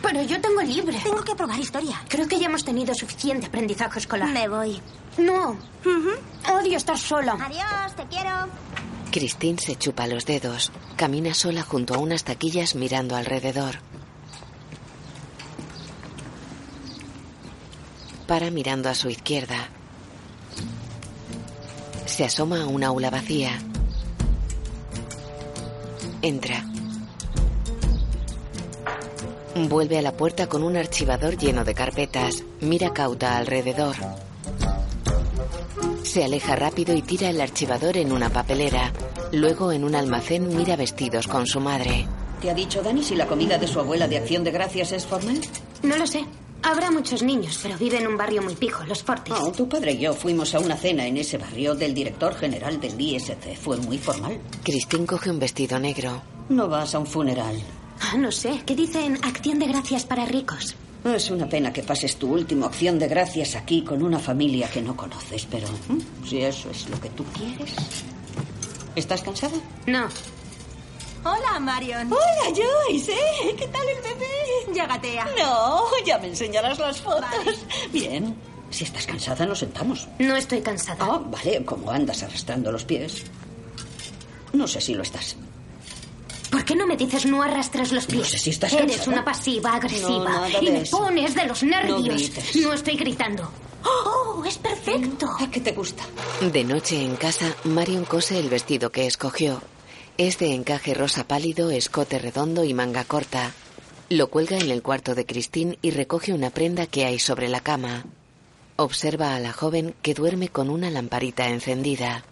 [SPEAKER 3] Pero yo tengo libre.
[SPEAKER 8] Tengo que probar historia.
[SPEAKER 3] Creo que ya hemos tenido suficiente aprendizaje escolar.
[SPEAKER 8] Me voy.
[SPEAKER 3] No. Odio estar sola.
[SPEAKER 8] Adiós, te quiero.
[SPEAKER 2] Christine se chupa los dedos. Camina sola junto a unas taquillas mirando alrededor. Para mirando a su izquierda. Se asoma a un aula vacía. Entra. Vuelve a la puerta con un archivador lleno de carpetas. Mira cauta alrededor. Se aleja rápido y tira el archivador en una papelera. Luego en un almacén mira vestidos con su madre.
[SPEAKER 7] ¿Te ha dicho Dani si la comida de su abuela de Acción de Gracias es formal?
[SPEAKER 3] No lo sé. Habrá muchos niños, pero vive en un barrio muy pijo, los Fortis.
[SPEAKER 7] No, Ah, tu padre y yo fuimos a una cena en ese barrio del director general del ISC. Fue muy formal.
[SPEAKER 2] Christine coge un vestido negro.
[SPEAKER 7] No vas a un funeral.
[SPEAKER 3] Ah, no sé. ¿Qué dicen acción de gracias para ricos?
[SPEAKER 7] Es una pena que pases tu última acción de gracias aquí con una familia que no conoces, pero ¿eh? si eso es lo que tú quieres. ¿Estás cansada?
[SPEAKER 3] No.
[SPEAKER 8] Hola, Marion. Hola, Joyce. ¿eh? ¿Qué tal el bebé? Ya gatea. No, ya me enseñarás las fotos.
[SPEAKER 7] Bien. Si estás cansada, nos sentamos.
[SPEAKER 3] No estoy cansada.
[SPEAKER 7] Ah, vale, como andas arrastrando los pies. No sé si lo estás.
[SPEAKER 3] ¿Por qué no me dices no arrastras los pies?
[SPEAKER 7] No sé si estás
[SPEAKER 3] Eres
[SPEAKER 7] cansada.
[SPEAKER 3] una pasiva
[SPEAKER 7] No,
[SPEAKER 3] agresiva
[SPEAKER 7] nada de
[SPEAKER 3] y me
[SPEAKER 7] eso.
[SPEAKER 3] pones de los nervios.
[SPEAKER 7] No grites.
[SPEAKER 3] No estoy gritando. ¡Oh, es perfecto!
[SPEAKER 7] ¿Qué te gusta?
[SPEAKER 2] De noche en casa, Marion cose el vestido que escogió. Es de encaje rosa pálido, escote redondo y manga corta. Lo cuelga en el cuarto de Christine y recoge una prenda que hay sobre la cama. Observa a la joven que duerme con una lamparita encendida.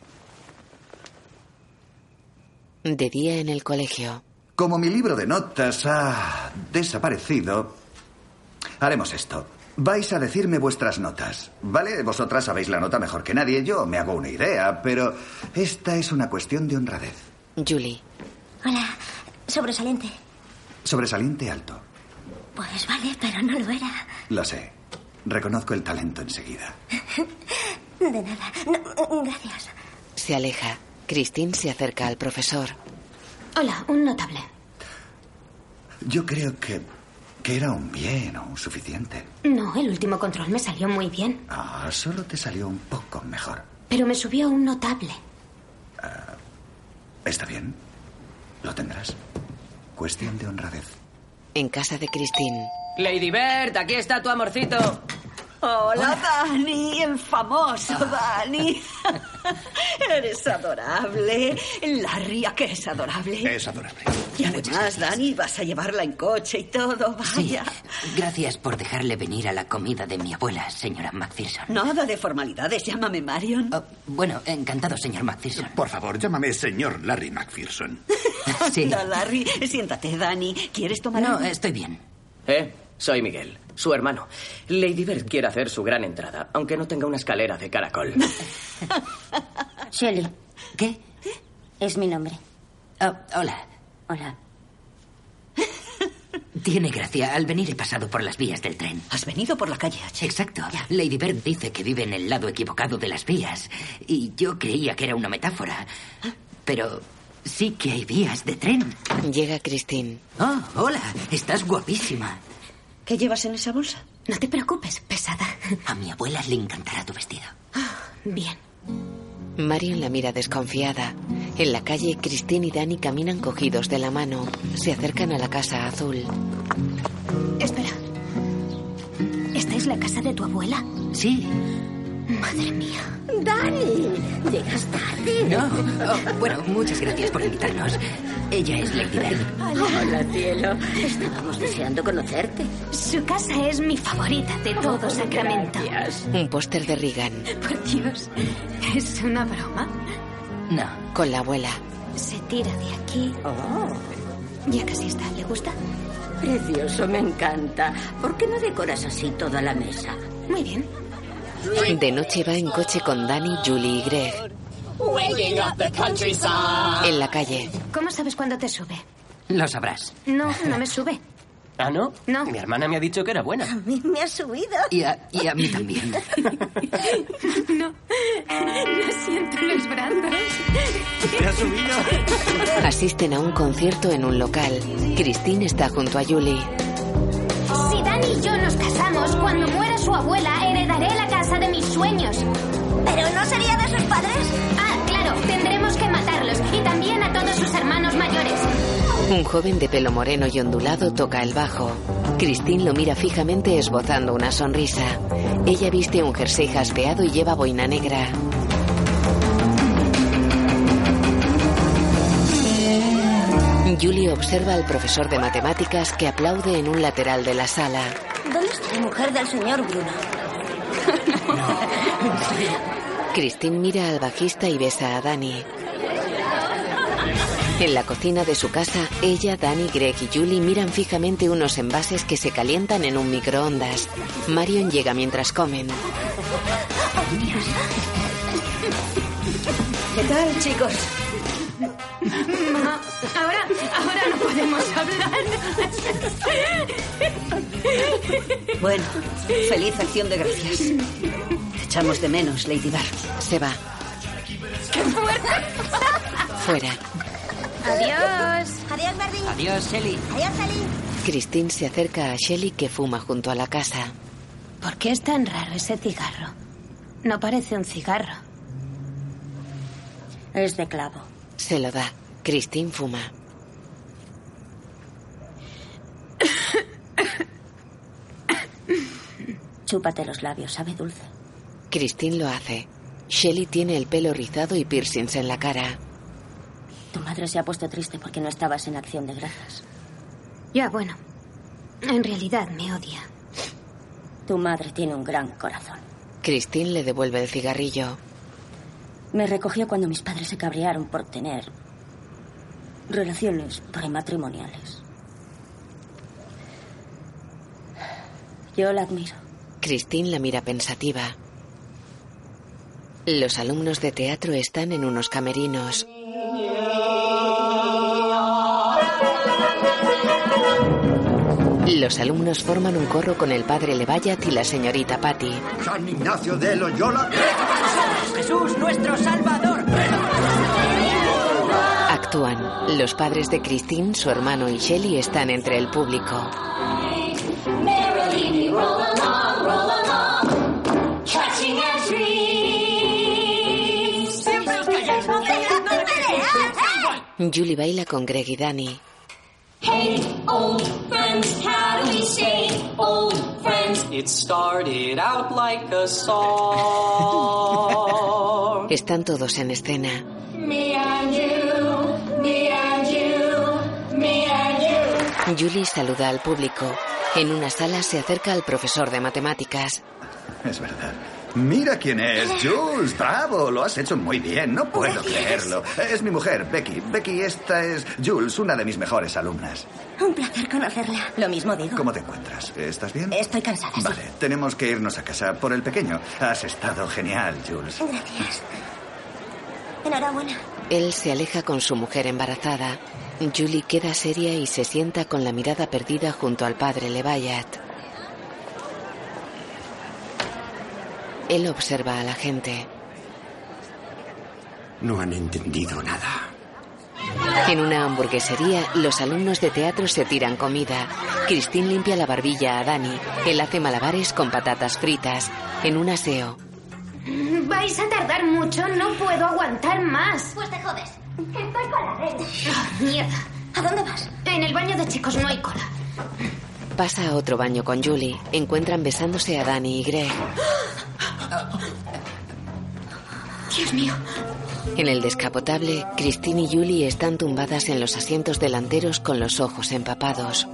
[SPEAKER 2] De día en el colegio.
[SPEAKER 9] Como mi libro de notas ha desaparecido, haremos esto. Vais a decirme vuestras notas, ¿vale? Vosotras sabéis la nota mejor que nadie, yo me hago una idea, pero esta es una cuestión de honradez.
[SPEAKER 2] Julie.
[SPEAKER 17] Hola, sobresaliente.
[SPEAKER 9] Sobresaliente alto,
[SPEAKER 17] Pues vale, pero no lo era. (laughs)
[SPEAKER 9] lo sé. Reconozco el talento enseguida.
[SPEAKER 17] De nada. No, gracias.
[SPEAKER 2] Se aleja. Christine se acerca al profesor.
[SPEAKER 3] Hola, un notable.
[SPEAKER 9] Yo creo que, que era un bien o un suficiente.
[SPEAKER 3] No, el último control me salió muy bien,
[SPEAKER 9] Ah, solo te salió un poco mejor.
[SPEAKER 3] pero me subió un notable.
[SPEAKER 9] ¿Está bien? Lo tendrás. Cuestión de honradez.
[SPEAKER 2] En casa de Christine.
[SPEAKER 5] Lady Bird, aquí está tu amorcito.
[SPEAKER 8] Hola, Dani, el
[SPEAKER 7] (laughs)
[SPEAKER 8] famoso
[SPEAKER 4] (laughs)
[SPEAKER 8] Dani. Eres adorable.
[SPEAKER 4] La ría que es adorable.
[SPEAKER 13] Es adorable.
[SPEAKER 4] Y además, Dani, vas a llevarla en coche y todo, vaya.
[SPEAKER 18] Gracias por dejarle venir a la comida de mi abuela, señora McPherson.
[SPEAKER 4] Nada de formalidades, llámame Marion.
[SPEAKER 18] Ah, Bueno, encantado, señor McPherson.
[SPEAKER 13] Por favor, llámame señor (laughs) Larry McPherson.
[SPEAKER 18] Sí.
[SPEAKER 4] Anda, Larry, siéntate, Dani. ¿Quieres tomar
[SPEAKER 18] No,
[SPEAKER 4] algo?
[SPEAKER 18] estoy bien.
[SPEAKER 5] ¿Eh? Soy Miguel, su hermano. Lady Bird quiere hacer su gran entrada, aunque no tenga una escalera de caracol.
[SPEAKER 21] Shelley.
[SPEAKER 18] ¿Qué?
[SPEAKER 21] Es mi nombre.
[SPEAKER 18] Ah, hola.
[SPEAKER 21] Hola.
[SPEAKER 18] Tiene gracia. Al venir he pasado por las vías del tren.
[SPEAKER 4] Has venido por la calle H.
[SPEAKER 18] Exacto. Lady Bird dice que vive en el lado equivocado de las vías. Y yo creía que era una metáfora. Pero sí que hay vías de tren.
[SPEAKER 2] Llega Christine.
[SPEAKER 18] Oh, hola. Estás guapísima.
[SPEAKER 7] ¿Qué llevas en esa bolsa?
[SPEAKER 3] No te preocupes, pesada.
[SPEAKER 18] A mi abuela le encantará tu vestido.
[SPEAKER 3] Bien.
[SPEAKER 2] Marion la mira desconfiada. En la calle, Christine y Danny caminan cogidos de la mano. Se acercan a la casa azul.
[SPEAKER 3] Espera. ¿Esta es la casa de tu abuela?
[SPEAKER 18] Sí.
[SPEAKER 3] Madre mía.
[SPEAKER 21] ¡Dani! Llegas tarde.
[SPEAKER 18] No. Oh, bueno, muchas gracias por invitarnos. Ella es Lady Bird.
[SPEAKER 21] Hola. cielo. Estábamos deseando conocerte.
[SPEAKER 3] Su casa es mi favorita de
[SPEAKER 7] Oh,
[SPEAKER 3] todo Sacramento.
[SPEAKER 2] Un póster de Reagan.
[SPEAKER 3] Por Dios, es una broma.
[SPEAKER 18] No. Oh.
[SPEAKER 2] Con la abuela.
[SPEAKER 3] Se tira de aquí. Ya casi está. ¿Le gusta?
[SPEAKER 21] Precioso, me encanta. ¿Por qué no decoras así toda la mesa?
[SPEAKER 3] Muy bien.
[SPEAKER 2] De noche va en coche con Danny, Julie y Greg.
[SPEAKER 21] Waking up the countryside.
[SPEAKER 2] En la calle.
[SPEAKER 3] ¿Cómo sabes cuándo te sube?
[SPEAKER 1] (laughs) Lo sabrás.
[SPEAKER 3] No, no me sube.
[SPEAKER 1] ¿Ah, no?
[SPEAKER 3] No.
[SPEAKER 1] Mi hermana me ha dicho que era buena.
[SPEAKER 21] mí me ha subido.
[SPEAKER 18] Y a, y a
[SPEAKER 17] (laughs)
[SPEAKER 18] mí también.
[SPEAKER 3] No. No siento los
[SPEAKER 8] (laughs)
[SPEAKER 3] brazos.
[SPEAKER 1] ¿Te ha subido?
[SPEAKER 2] Asisten a un concierto en un local. Christine está junto a Julie.
[SPEAKER 8] Si Dani y yo nos casamos, cuando muera su abuela, heredaré la casa de mis sueños. ¿Pero no sería de sus padres? Ah, claro, tendremos que matarlos y también a todos sus hermanos mayores.
[SPEAKER 2] Un joven de pelo moreno y ondulado toca el bajo. Christine lo mira fijamente esbozando una sonrisa. Ella viste un jersey jaspeado y lleva boina negra. Julie observa al profesor de matemáticas que aplaude en un lateral de la sala.
[SPEAKER 8] ¿Dónde está la mujer del señor
[SPEAKER 17] (laughs)
[SPEAKER 8] Bruno?
[SPEAKER 2] (laughs) Christine mira al bajista y besa a Danny. En la cocina de su casa, ella, Danny, Greg y Julie miran fijamente unos envases que se calientan en un microondas. Marion llega mientras comen.
[SPEAKER 7] ¿Qué tal, chicos?
[SPEAKER 3] Mamá,
[SPEAKER 4] Ah,
[SPEAKER 3] ahora, ahora no podemos hablar.
[SPEAKER 7] Bueno, feliz acción de gracias. Te echamos de menos, Lady Bar.
[SPEAKER 2] Se va.
[SPEAKER 8] ¡Qué fuerte!
[SPEAKER 2] Fuera.
[SPEAKER 8] Adiós. Adiós, Berlín.
[SPEAKER 18] Adiós, Eli.
[SPEAKER 8] Adiós, Eli.
[SPEAKER 2] Christine se acerca a Shelly que fuma junto a la casa.
[SPEAKER 12] ¿Por qué es tan raro ese cigarro? No parece un cigarro.
[SPEAKER 2] Es de clavo. Se lo da. Christine fuma.
[SPEAKER 21] Chúpate los labios, sabe dulce.
[SPEAKER 2] Christine lo hace. Shelly tiene el pelo rizado y piercings en la cara.
[SPEAKER 21] Tu madre se ha puesto triste porque no estabas en acción de gracias.
[SPEAKER 12] Ya, bueno. En realidad me odia.
[SPEAKER 21] Tu madre tiene un gran corazón.
[SPEAKER 2] Christine le devuelve el cigarrillo.
[SPEAKER 21] Me recogió cuando mis padres se cabrearon por tener relaciones prematrimoniales. Yo la admiro.
[SPEAKER 2] Christine la mira pensativa. Los alumnos de teatro están en unos camerinos. Los alumnos forman un corro con el padre Levallat y la señorita Patty.
[SPEAKER 15] San Ignacio de Loyola.
[SPEAKER 22] Jesús, nuestro Salvador.
[SPEAKER 2] Actúan. Los padres de Christine, su hermano y Shelley están entre el público.
[SPEAKER 22] Merrily we roll along, roll along, catching our dreams. Siempre os calláis, no peleáis, no peleáis.
[SPEAKER 2] Julie baila con Greg y Danny.
[SPEAKER 22] Hey, old friends, how do we stay old friends?
[SPEAKER 6] It started out like a song.
[SPEAKER 2] Están todos en escena.
[SPEAKER 22] (laughs) me and you, me and you, me and you.
[SPEAKER 2] Julie saluda al público. En una sala se acerca al profesor de matemáticas.
[SPEAKER 9] Es verdad. Mira quién es, Jules. Bravo, lo has hecho muy bien. No puedo creerlo. Es mi mujer, Becky. Becky, esta es Jules, una de mis mejores alumnas.
[SPEAKER 21] Un placer conocerla. Lo mismo digo.
[SPEAKER 9] ¿Cómo te encuentras? ¿Estás bien?
[SPEAKER 21] Estoy cansada. sí.
[SPEAKER 9] Vale, tenemos que irnos a casa por el pequeño. Has estado genial, Jules.
[SPEAKER 21] Gracias. Enhorabuena.
[SPEAKER 2] Él se aleja con su mujer embarazada. Julie queda seria y se sienta con la mirada perdida junto al padre Levallat. Él observa a la gente.
[SPEAKER 15] No han entendido nada.
[SPEAKER 2] En una hamburguesería, los alumnos de teatro se tiran comida. Christine limpia la barbilla a Dani. Él hace malabares con patatas fritas. En un aseo,
[SPEAKER 3] Vais a tardar mucho, no puedo aguantar más. Pues te jodes. Estoy con la red. Oh, mierda. ¿A dónde vas? En el baño de chicos no hay cola.
[SPEAKER 2] pasa a otro baño con Julie. Encuentran besándose a Dani y Greg.
[SPEAKER 3] Dios mío.
[SPEAKER 2] En el descapotable, Christine y Julie están tumbadas en los asientos delanteros con los ojos empapados.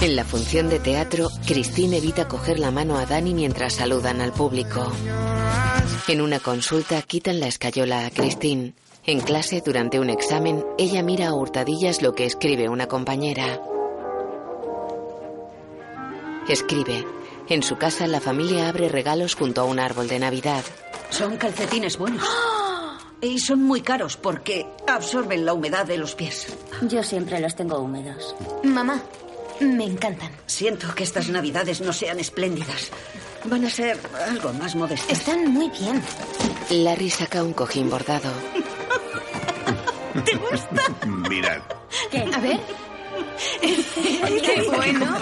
[SPEAKER 2] En la función de teatro, Christine evita coger la mano a Dani mientras saludan al público. En una consulta quitan la escayola a Christine. En clase, durante un examen, ella mira a hurtadillas lo que escribe una compañera. Escribe. En su casa, la familia abre regalos junto a un árbol de Navidad.
[SPEAKER 7] Son calcetines buenos.
[SPEAKER 21] ¡Ah!
[SPEAKER 7] Y son muy caros porque absorben la humedad de los pies.
[SPEAKER 21] Yo siempre los tengo húmedos.
[SPEAKER 7] Mamá, me encantan. Siento que estas navidades no sean espléndidas. Van a ser algo más modestas.
[SPEAKER 3] Están muy bien.
[SPEAKER 2] Larry saca un cojín bordado.
[SPEAKER 7] ¿Te gusta?
[SPEAKER 13] Mirad.
[SPEAKER 3] A ver.
[SPEAKER 7] Qué bueno.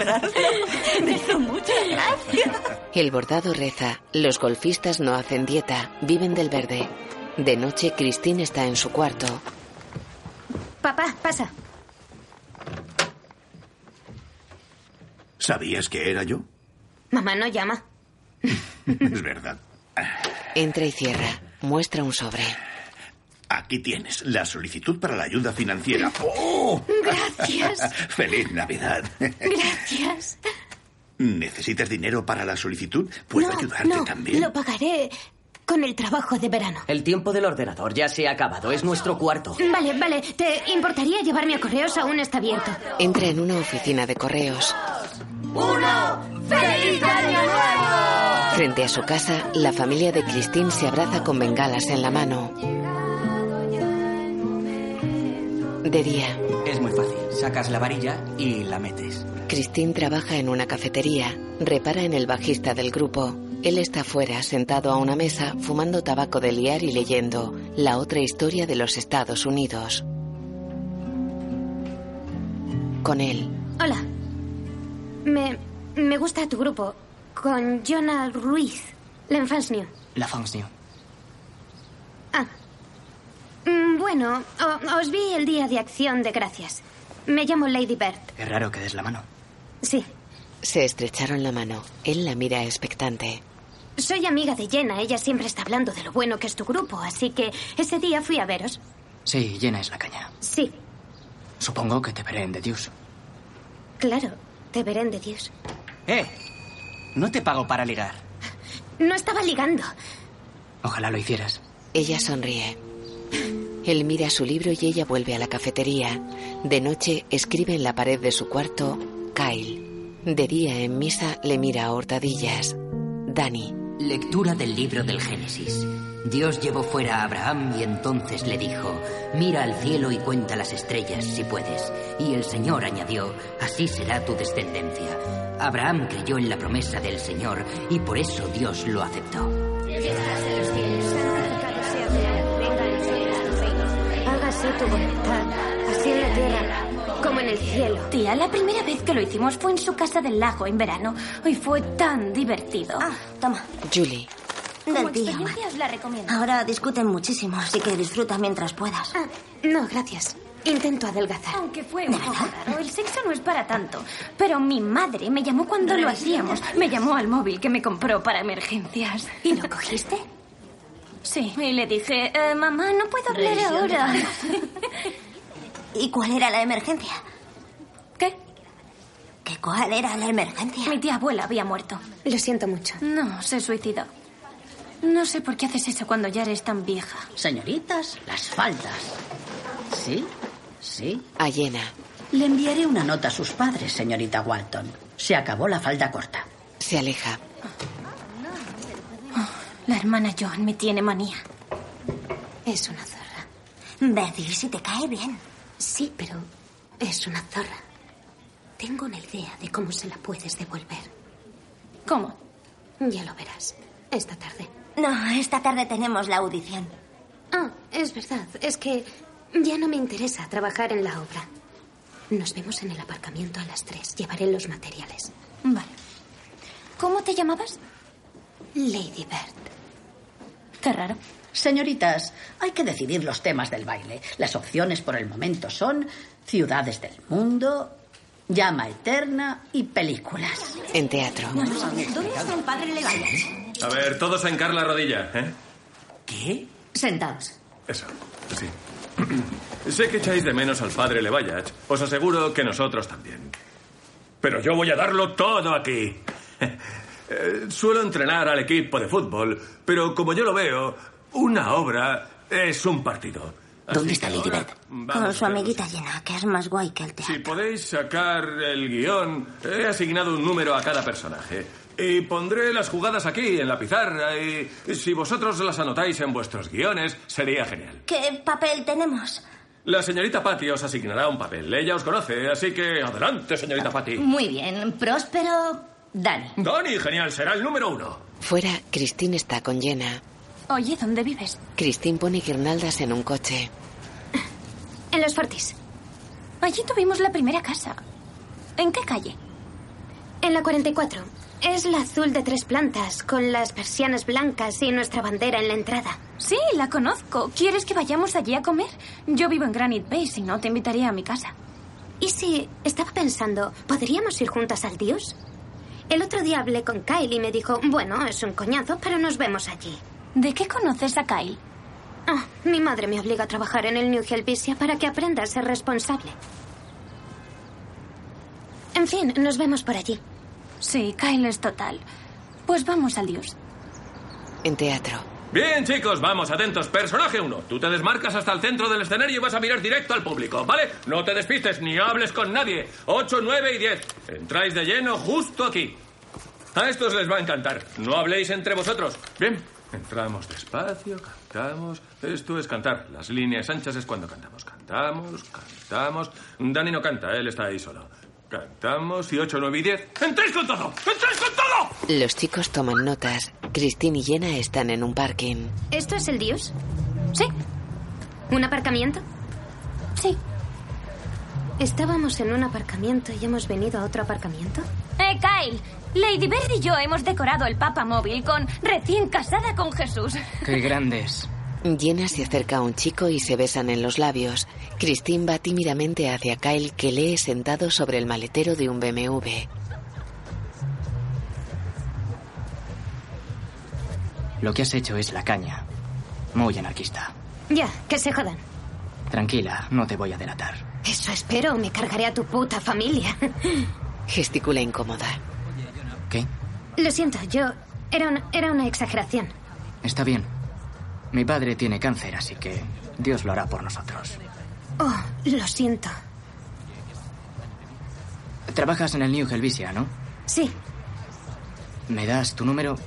[SPEAKER 16] (laughs)
[SPEAKER 22] Me hizo muchas gracias.
[SPEAKER 2] El bordado reza. Los golfistas no hacen dieta, viven del verde. De noche, Christine está en su cuarto.
[SPEAKER 3] Papá, pasa.
[SPEAKER 13] ¿Sabías que era yo?
[SPEAKER 3] Mamá no llama.
[SPEAKER 13] Es verdad.
[SPEAKER 2] Entra y cierra. Muestra un sobre.
[SPEAKER 13] Aquí tienes la solicitud para la ayuda financiera. ¡Oh!
[SPEAKER 16] Gracias.
[SPEAKER 13] (laughs) ¡Feliz Navidad!
[SPEAKER 16] Gracias.
[SPEAKER 13] ¿Necesitas dinero para la solicitud? Puedo
[SPEAKER 3] no,
[SPEAKER 13] ayudarte
[SPEAKER 3] no,
[SPEAKER 13] también.
[SPEAKER 3] Lo pagaré con el trabajo de verano.
[SPEAKER 5] El tiempo del ordenador ya se ha acabado. Es nuestro cuarto.
[SPEAKER 3] Vale, vale. ¿Te importaría llevarme a correos? Aún está abierto.
[SPEAKER 2] Entra en una oficina de correos.
[SPEAKER 16] ¡Uno! ¡Feliz Año Nuevo!
[SPEAKER 2] Frente a su casa, la familia de Christine se abraza con bengalas en la mano. De día,
[SPEAKER 23] Es muy fácil. Sacas la varilla y la metes.
[SPEAKER 2] Christine trabaja en una cafetería, repara en el bajista del grupo. Él está fuera, sentado a una mesa, fumando tabaco de liar y leyendo La otra historia de los Estados Unidos. Con él,
[SPEAKER 3] Hola. Me, me gusta tu grupo. Con Jonah Ruiz. L'Enfance New.
[SPEAKER 23] La Fangs New.
[SPEAKER 3] Ah. Mm, Bueno, o- os vi el día de acción de gracias. Me llamo Lady Bird.
[SPEAKER 23] Es raro que des la mano.
[SPEAKER 3] Sí.
[SPEAKER 2] se estrecharon la mano. Él la mira expectante.
[SPEAKER 3] Soy amiga de Jenna. Ella siempre está hablando de lo bueno que es tu grupo, así que ese día fui a veros.
[SPEAKER 23] Sí, llena es la caña.
[SPEAKER 3] Sí,
[SPEAKER 23] Supongo que te veré en The Deuce.
[SPEAKER 3] claro. Te veré en de Dios.
[SPEAKER 23] ¡Eh! No te pago para ligar.
[SPEAKER 3] No estaba ligando.
[SPEAKER 23] Ojalá lo hicieras.
[SPEAKER 2] Ella sonríe. Él mira su libro y ella vuelve a la cafetería. De noche escribe en la pared de su cuarto Kyle. De día en misa le mira a hurtadillas. Danny.
[SPEAKER 18] Lectura del libro del Génesis. Dios llevó fuera a Abraham y entonces le dijo, mira al cielo y cuenta las estrellas si puedes. Y el Señor añadió, así será tu descendencia. Abraham creyó en la promesa del Señor y por eso Dios lo aceptó.
[SPEAKER 8] Hágase tu voluntad, así en la tierra.
[SPEAKER 17] Como en el cielo. Tía, la primera vez que lo hicimos fue en su casa del lago en verano. Hoy fue tan divertido. Ah, toma.
[SPEAKER 2] Julie.
[SPEAKER 17] Como
[SPEAKER 8] Del tío.
[SPEAKER 17] experiencia os la recomiendo.
[SPEAKER 8] Ahora discuten muchísimo, así que disfruta mientras puedas.
[SPEAKER 3] Ah, No, gracias. Intento adelgazar.
[SPEAKER 17] Aunque fue un poco raro, el sexo no es para tanto. Pero mi madre me llamó cuando lo hacíamos. Me llamó al móvil que me compró para emergencias. ¿Y lo cogiste? Sí, y le dije, "Eh, mamá, no puedo hablar
[SPEAKER 8] Revisión
[SPEAKER 17] ahora.
[SPEAKER 3] (laughs)
[SPEAKER 8] de ¿Y cuál era la emergencia?
[SPEAKER 17] ¿Qué?
[SPEAKER 8] ¿Que cuál era la emergencia?
[SPEAKER 17] Mi tía abuela había muerto.
[SPEAKER 3] Lo siento mucho.
[SPEAKER 17] No, se suicidó. No sé por qué haces eso cuando ya eres tan vieja.
[SPEAKER 10] Señoritas, las faldas. Sí, sí.
[SPEAKER 2] A llena.
[SPEAKER 10] Le enviaré una nota a sus padres, señorita Walton. Se acabó la falda corta.
[SPEAKER 2] Se aleja.
[SPEAKER 3] Oh,
[SPEAKER 17] La hermana Joan me tiene manía.
[SPEAKER 3] Es una zorra.
[SPEAKER 8] Betty, si te cae bien.
[SPEAKER 3] Sí, pero es una zorra. Tengo una idea de cómo se la puedes devolver.
[SPEAKER 17] ¿Cómo?
[SPEAKER 3] Ya lo verás. Esta tarde.
[SPEAKER 8] No, esta tarde tenemos la audición.
[SPEAKER 3] Ah, es verdad. Es que ya no me interesa trabajar en la obra. Nos vemos en el aparcamiento a las tres. Llevaré los materiales.
[SPEAKER 17] Vale. ¿Cómo te llamabas?
[SPEAKER 3] Lady Bird.
[SPEAKER 17] Qué raro.
[SPEAKER 10] Señoritas, hay que decidir los temas del baile. Las opciones por el momento son ciudades del mundo, llama eterna y películas.
[SPEAKER 2] En teatro.
[SPEAKER 10] ¿Dónde está el padre Levante?
[SPEAKER 11] A ver, todos a hincar la rodilla, ¿eh?
[SPEAKER 10] ¿Qué? Sentados.
[SPEAKER 11] Eso, sí. (clears throat) sé que echáis de menos al padre Levayach. Os aseguro que nosotros también. Pero yo voy a darlo todo aquí. (laughs) Eh, Suelo entrenar al equipo de fútbol, pero como yo lo veo, una obra es un partido. ¿Dónde está Ladybird?
[SPEAKER 8] Con su amiguita llena, que es más guay que el teatro.
[SPEAKER 11] Si podéis sacar el guión, he asignado un número a cada personaje. Y pondré las jugadas aquí, en la pizarra, y si vosotros las anotáis en vuestros guiones, sería genial.
[SPEAKER 8] ¿Qué papel tenemos?
[SPEAKER 11] La señorita Patty os asignará un papel. Ella os conoce, así que adelante, señorita Patty.
[SPEAKER 10] Muy bien, próspero Dani.
[SPEAKER 11] Donny, genial, será el número uno.
[SPEAKER 2] Fuera, Christine está con llena.
[SPEAKER 17] Oye, ¿dónde vives?
[SPEAKER 2] Christine pone guirnaldas en un coche.
[SPEAKER 17] En los Fortis. Allí tuvimos la primera casa. ¿En qué calle?
[SPEAKER 3] En la 44. Es la azul de tres plantas, con las persianas blancas y nuestra bandera en la entrada.
[SPEAKER 17] Sí, la conozco. ¿Quieres que vayamos allí a comer? Yo vivo en Granite Bay, si no, te invitaría a mi casa.
[SPEAKER 3] ¿Y si estaba pensando, podríamos ir juntas al Dios? El otro día hablé con Kyle y me dijo, bueno, es un coñazo, pero nos vemos allí. ¿De qué conoces a Kyle? Ah, mi madre me obliga a trabajar en el New Helvetia para que aprenda a ser responsable. En fin, nos vemos por allí.
[SPEAKER 24] Sí, Kyle es total. Pues vamos al dios.
[SPEAKER 2] En teatro.
[SPEAKER 11] Bien, chicos, vamos, atentos. Personaje 1. Tú te desmarcas hasta el centro del escenario y vas a mirar directo al público, ¿vale? No te despistes ni hables con nadie. 8, 9 y 10. Entráis de lleno justo aquí. A estos les va a encantar. No habléis entre vosotros. Bien. Entramos despacio, cantamos. Esto es cantar. Las líneas anchas es cuando cantamos. Cantamos, cantamos. Dani no canta, él está ahí solo. Cantamos y 8, 9 y 10. ¡Entréis con todo! ¡Entréis con todo!
[SPEAKER 2] Los chicos toman notas. Christine y Jenna están en un parking.
[SPEAKER 3] ¿Esto es el dios? Sí. ¿Un aparcamiento? Sí. Estábamos en un aparcamiento y hemos venido a otro aparcamiento.
[SPEAKER 25] Eh, Kyle, Lady Bird y yo hemos decorado el Papa Móvil con recién casada con Jesús.
[SPEAKER 23] Qué grande es.
[SPEAKER 2] Jenna se acerca a un chico y se besan en los labios. Christine va tímidamente hacia Kyle que lee sentado sobre el maletero de un BMW.
[SPEAKER 23] Lo que has hecho es la caña. Muy anarquista.
[SPEAKER 3] Ya, que se jodan.
[SPEAKER 23] Tranquila, no te voy a delatar.
[SPEAKER 3] Eso espero, me cargaré a tu puta familia.
[SPEAKER 2] Gesticula incómoda.
[SPEAKER 23] ¿Qué?
[SPEAKER 3] Lo siento, yo... Era una, era una exageración.
[SPEAKER 23] Está bien. Mi padre tiene cáncer, así que Dios lo hará por nosotros.
[SPEAKER 3] Oh, lo siento.
[SPEAKER 23] Trabajas en el New Helvetia, ¿no?
[SPEAKER 3] Sí,
[SPEAKER 23] ¿Me das tu número?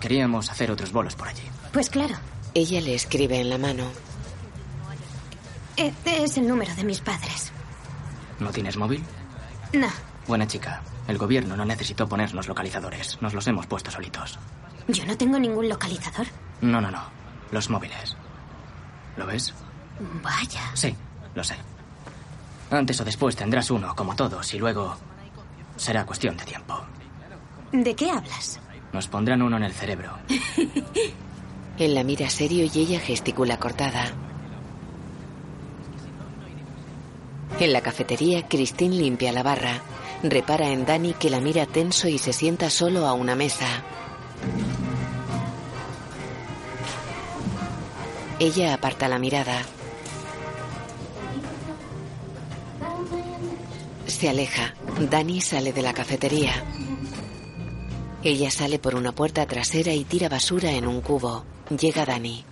[SPEAKER 23] Queríamos hacer otros bolos por allí.
[SPEAKER 3] pues claro.
[SPEAKER 2] Ella le escribe en la mano.
[SPEAKER 3] E- es el número de mis padres.
[SPEAKER 23] ¿No tienes móvil?
[SPEAKER 3] No,
[SPEAKER 23] Buena chica. El gobierno no necesitó ponernos localizadores. Nos los hemos puesto solitos.
[SPEAKER 3] yo no tengo ningún localizador.
[SPEAKER 23] No, no, no. Los móviles. ¿Lo ves?
[SPEAKER 3] Vaya.
[SPEAKER 23] Sí, lo sé. Antes o después tendrás uno, como todos, y luego será cuestión de tiempo.
[SPEAKER 3] ¿De qué hablas?
[SPEAKER 23] Nos pondrán uno en el cerebro.
[SPEAKER 2] Él la mira serio y ella gesticula cortada. En la cafetería, Christine limpia la barra. Repara en Danny que la mira tenso y se sienta solo a una mesa. Ella aparta la mirada. Se aleja. Danny sale de la cafetería. Ella sale por una puerta trasera y tira basura en un cubo. Llega Danny.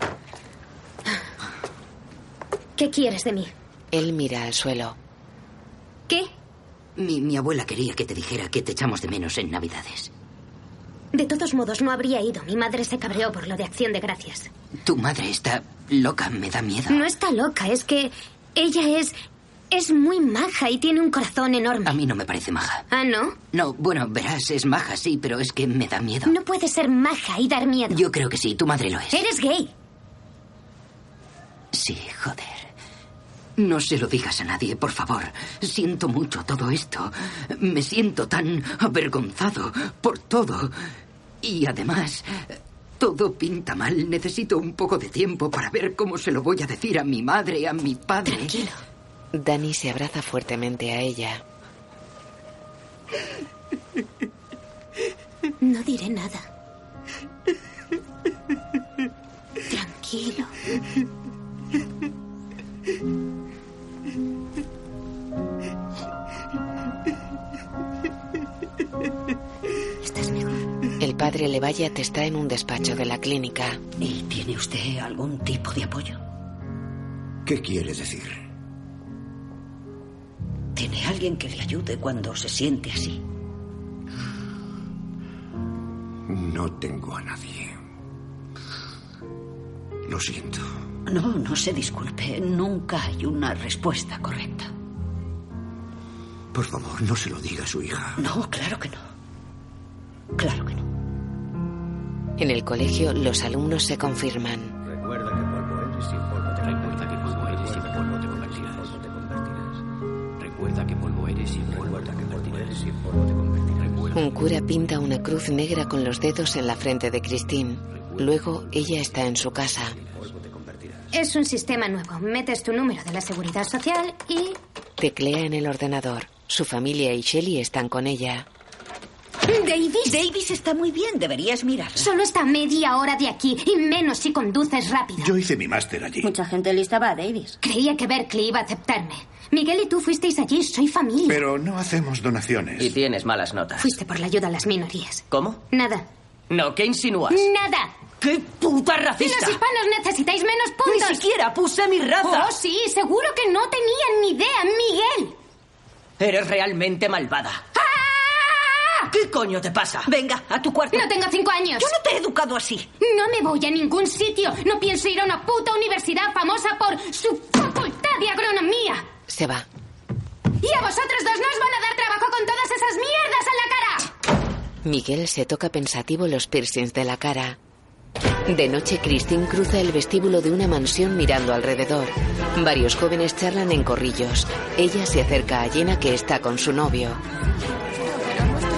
[SPEAKER 3] ¿Qué quieres de mí?
[SPEAKER 2] Él mira al suelo.
[SPEAKER 3] ¿Qué?
[SPEAKER 18] Mi, mi abuela quería que te dijera que te echamos de menos en Navidades.
[SPEAKER 3] De todos modos, no habría ido. Mi madre se cabreó por lo de acción de gracias.
[SPEAKER 18] Tu madre está loca, me da miedo.
[SPEAKER 3] No está loca, es que ella es... es muy maja y tiene un corazón enorme.
[SPEAKER 18] A mí no me parece maja.
[SPEAKER 3] Ah, ¿no?
[SPEAKER 18] No, bueno, verás, es maja, sí, pero es que me da miedo.
[SPEAKER 3] No puede ser maja y dar miedo.
[SPEAKER 18] Yo creo que sí, tu madre lo es.
[SPEAKER 3] Eres gay.
[SPEAKER 18] Sí, joder. No se lo digas a nadie, por favor. Siento mucho todo esto. Me siento tan avergonzado por todo. Y además, todo pinta mal. Necesito un poco de tiempo para ver cómo se lo voy a decir a mi madre, a mi padre. Tranquilo.
[SPEAKER 2] Danny se abraza fuertemente a ella.
[SPEAKER 3] No diré nada. Tranquilo.
[SPEAKER 2] El padre Levayat está en un despacho de la clínica.
[SPEAKER 26] ¿Y tiene usted algún tipo de apoyo?
[SPEAKER 15] ¿Qué quiere decir?
[SPEAKER 4] Tiene alguien que le ayude cuando se siente así.
[SPEAKER 15] No tengo a nadie. Lo siento.
[SPEAKER 4] No, no se disculpe. Nunca hay una respuesta correcta.
[SPEAKER 15] Por favor, no se lo diga a su hija.
[SPEAKER 4] No, claro que no. Claro que no.
[SPEAKER 2] En el colegio, los alumnos se confirman.
[SPEAKER 5] Recuerda que polvo eres y en polvo te Recuerda que polvo eres y en polvo te convertirás. Recuerda que polvo eres y en polvo te convertirás.
[SPEAKER 2] Un cura pinta una cruz negra con los dedos en la frente de Christine. Luego, ella está en su casa.
[SPEAKER 3] Es un sistema nuevo. Metes tu número de la seguridad social y...
[SPEAKER 2] Teclea en el ordenador. Su familia y Shelly están con ella.
[SPEAKER 3] ¿Davis?
[SPEAKER 4] Davis está muy bien, deberías mirar.
[SPEAKER 3] Solo está a media hora de aquí, y menos si conduces rápido.
[SPEAKER 13] Yo hice mi máster allí.
[SPEAKER 21] Mucha gente lista va a Davis.
[SPEAKER 3] Creía que Berkeley iba a aceptarme. Miguel y tú fuisteis allí, soy familia.
[SPEAKER 13] Pero no hacemos donaciones.
[SPEAKER 5] Y tienes malas notas.
[SPEAKER 3] Fuiste por la ayuda a las minorías.
[SPEAKER 5] ¿Cómo?
[SPEAKER 3] Nada.
[SPEAKER 5] No, ¿qué insinúas?
[SPEAKER 2] Mm.
[SPEAKER 3] Nada.
[SPEAKER 5] ¡Qué puta racista!
[SPEAKER 3] Los hispanos necesitáis menos puntos.
[SPEAKER 5] Ni siquiera puse mi raza.
[SPEAKER 3] Oh, sí, seguro que no tenían ni idea, Miguel.
[SPEAKER 5] Eres realmente malvada.
[SPEAKER 4] ¡Ah!
[SPEAKER 5] ¿Qué coño te pasa?
[SPEAKER 4] Venga, a tu cuarto.
[SPEAKER 3] No tengo cinco años.
[SPEAKER 4] Yo no te he educado así.
[SPEAKER 3] No me voy a ningún sitio. No pienso ir a una puta universidad famosa por su facultad de agronomía.
[SPEAKER 2] Se va.
[SPEAKER 3] Y a vosotros dos no os van a dar trabajo con todas esas mierdas en la cara.
[SPEAKER 2] Miguel se toca pensativo los piercings de la cara. De noche, Christine cruza el vestíbulo de una mansión mirando alrededor. Varios jóvenes charlan en corrillos. Ella se acerca a Jenna que está con su novio.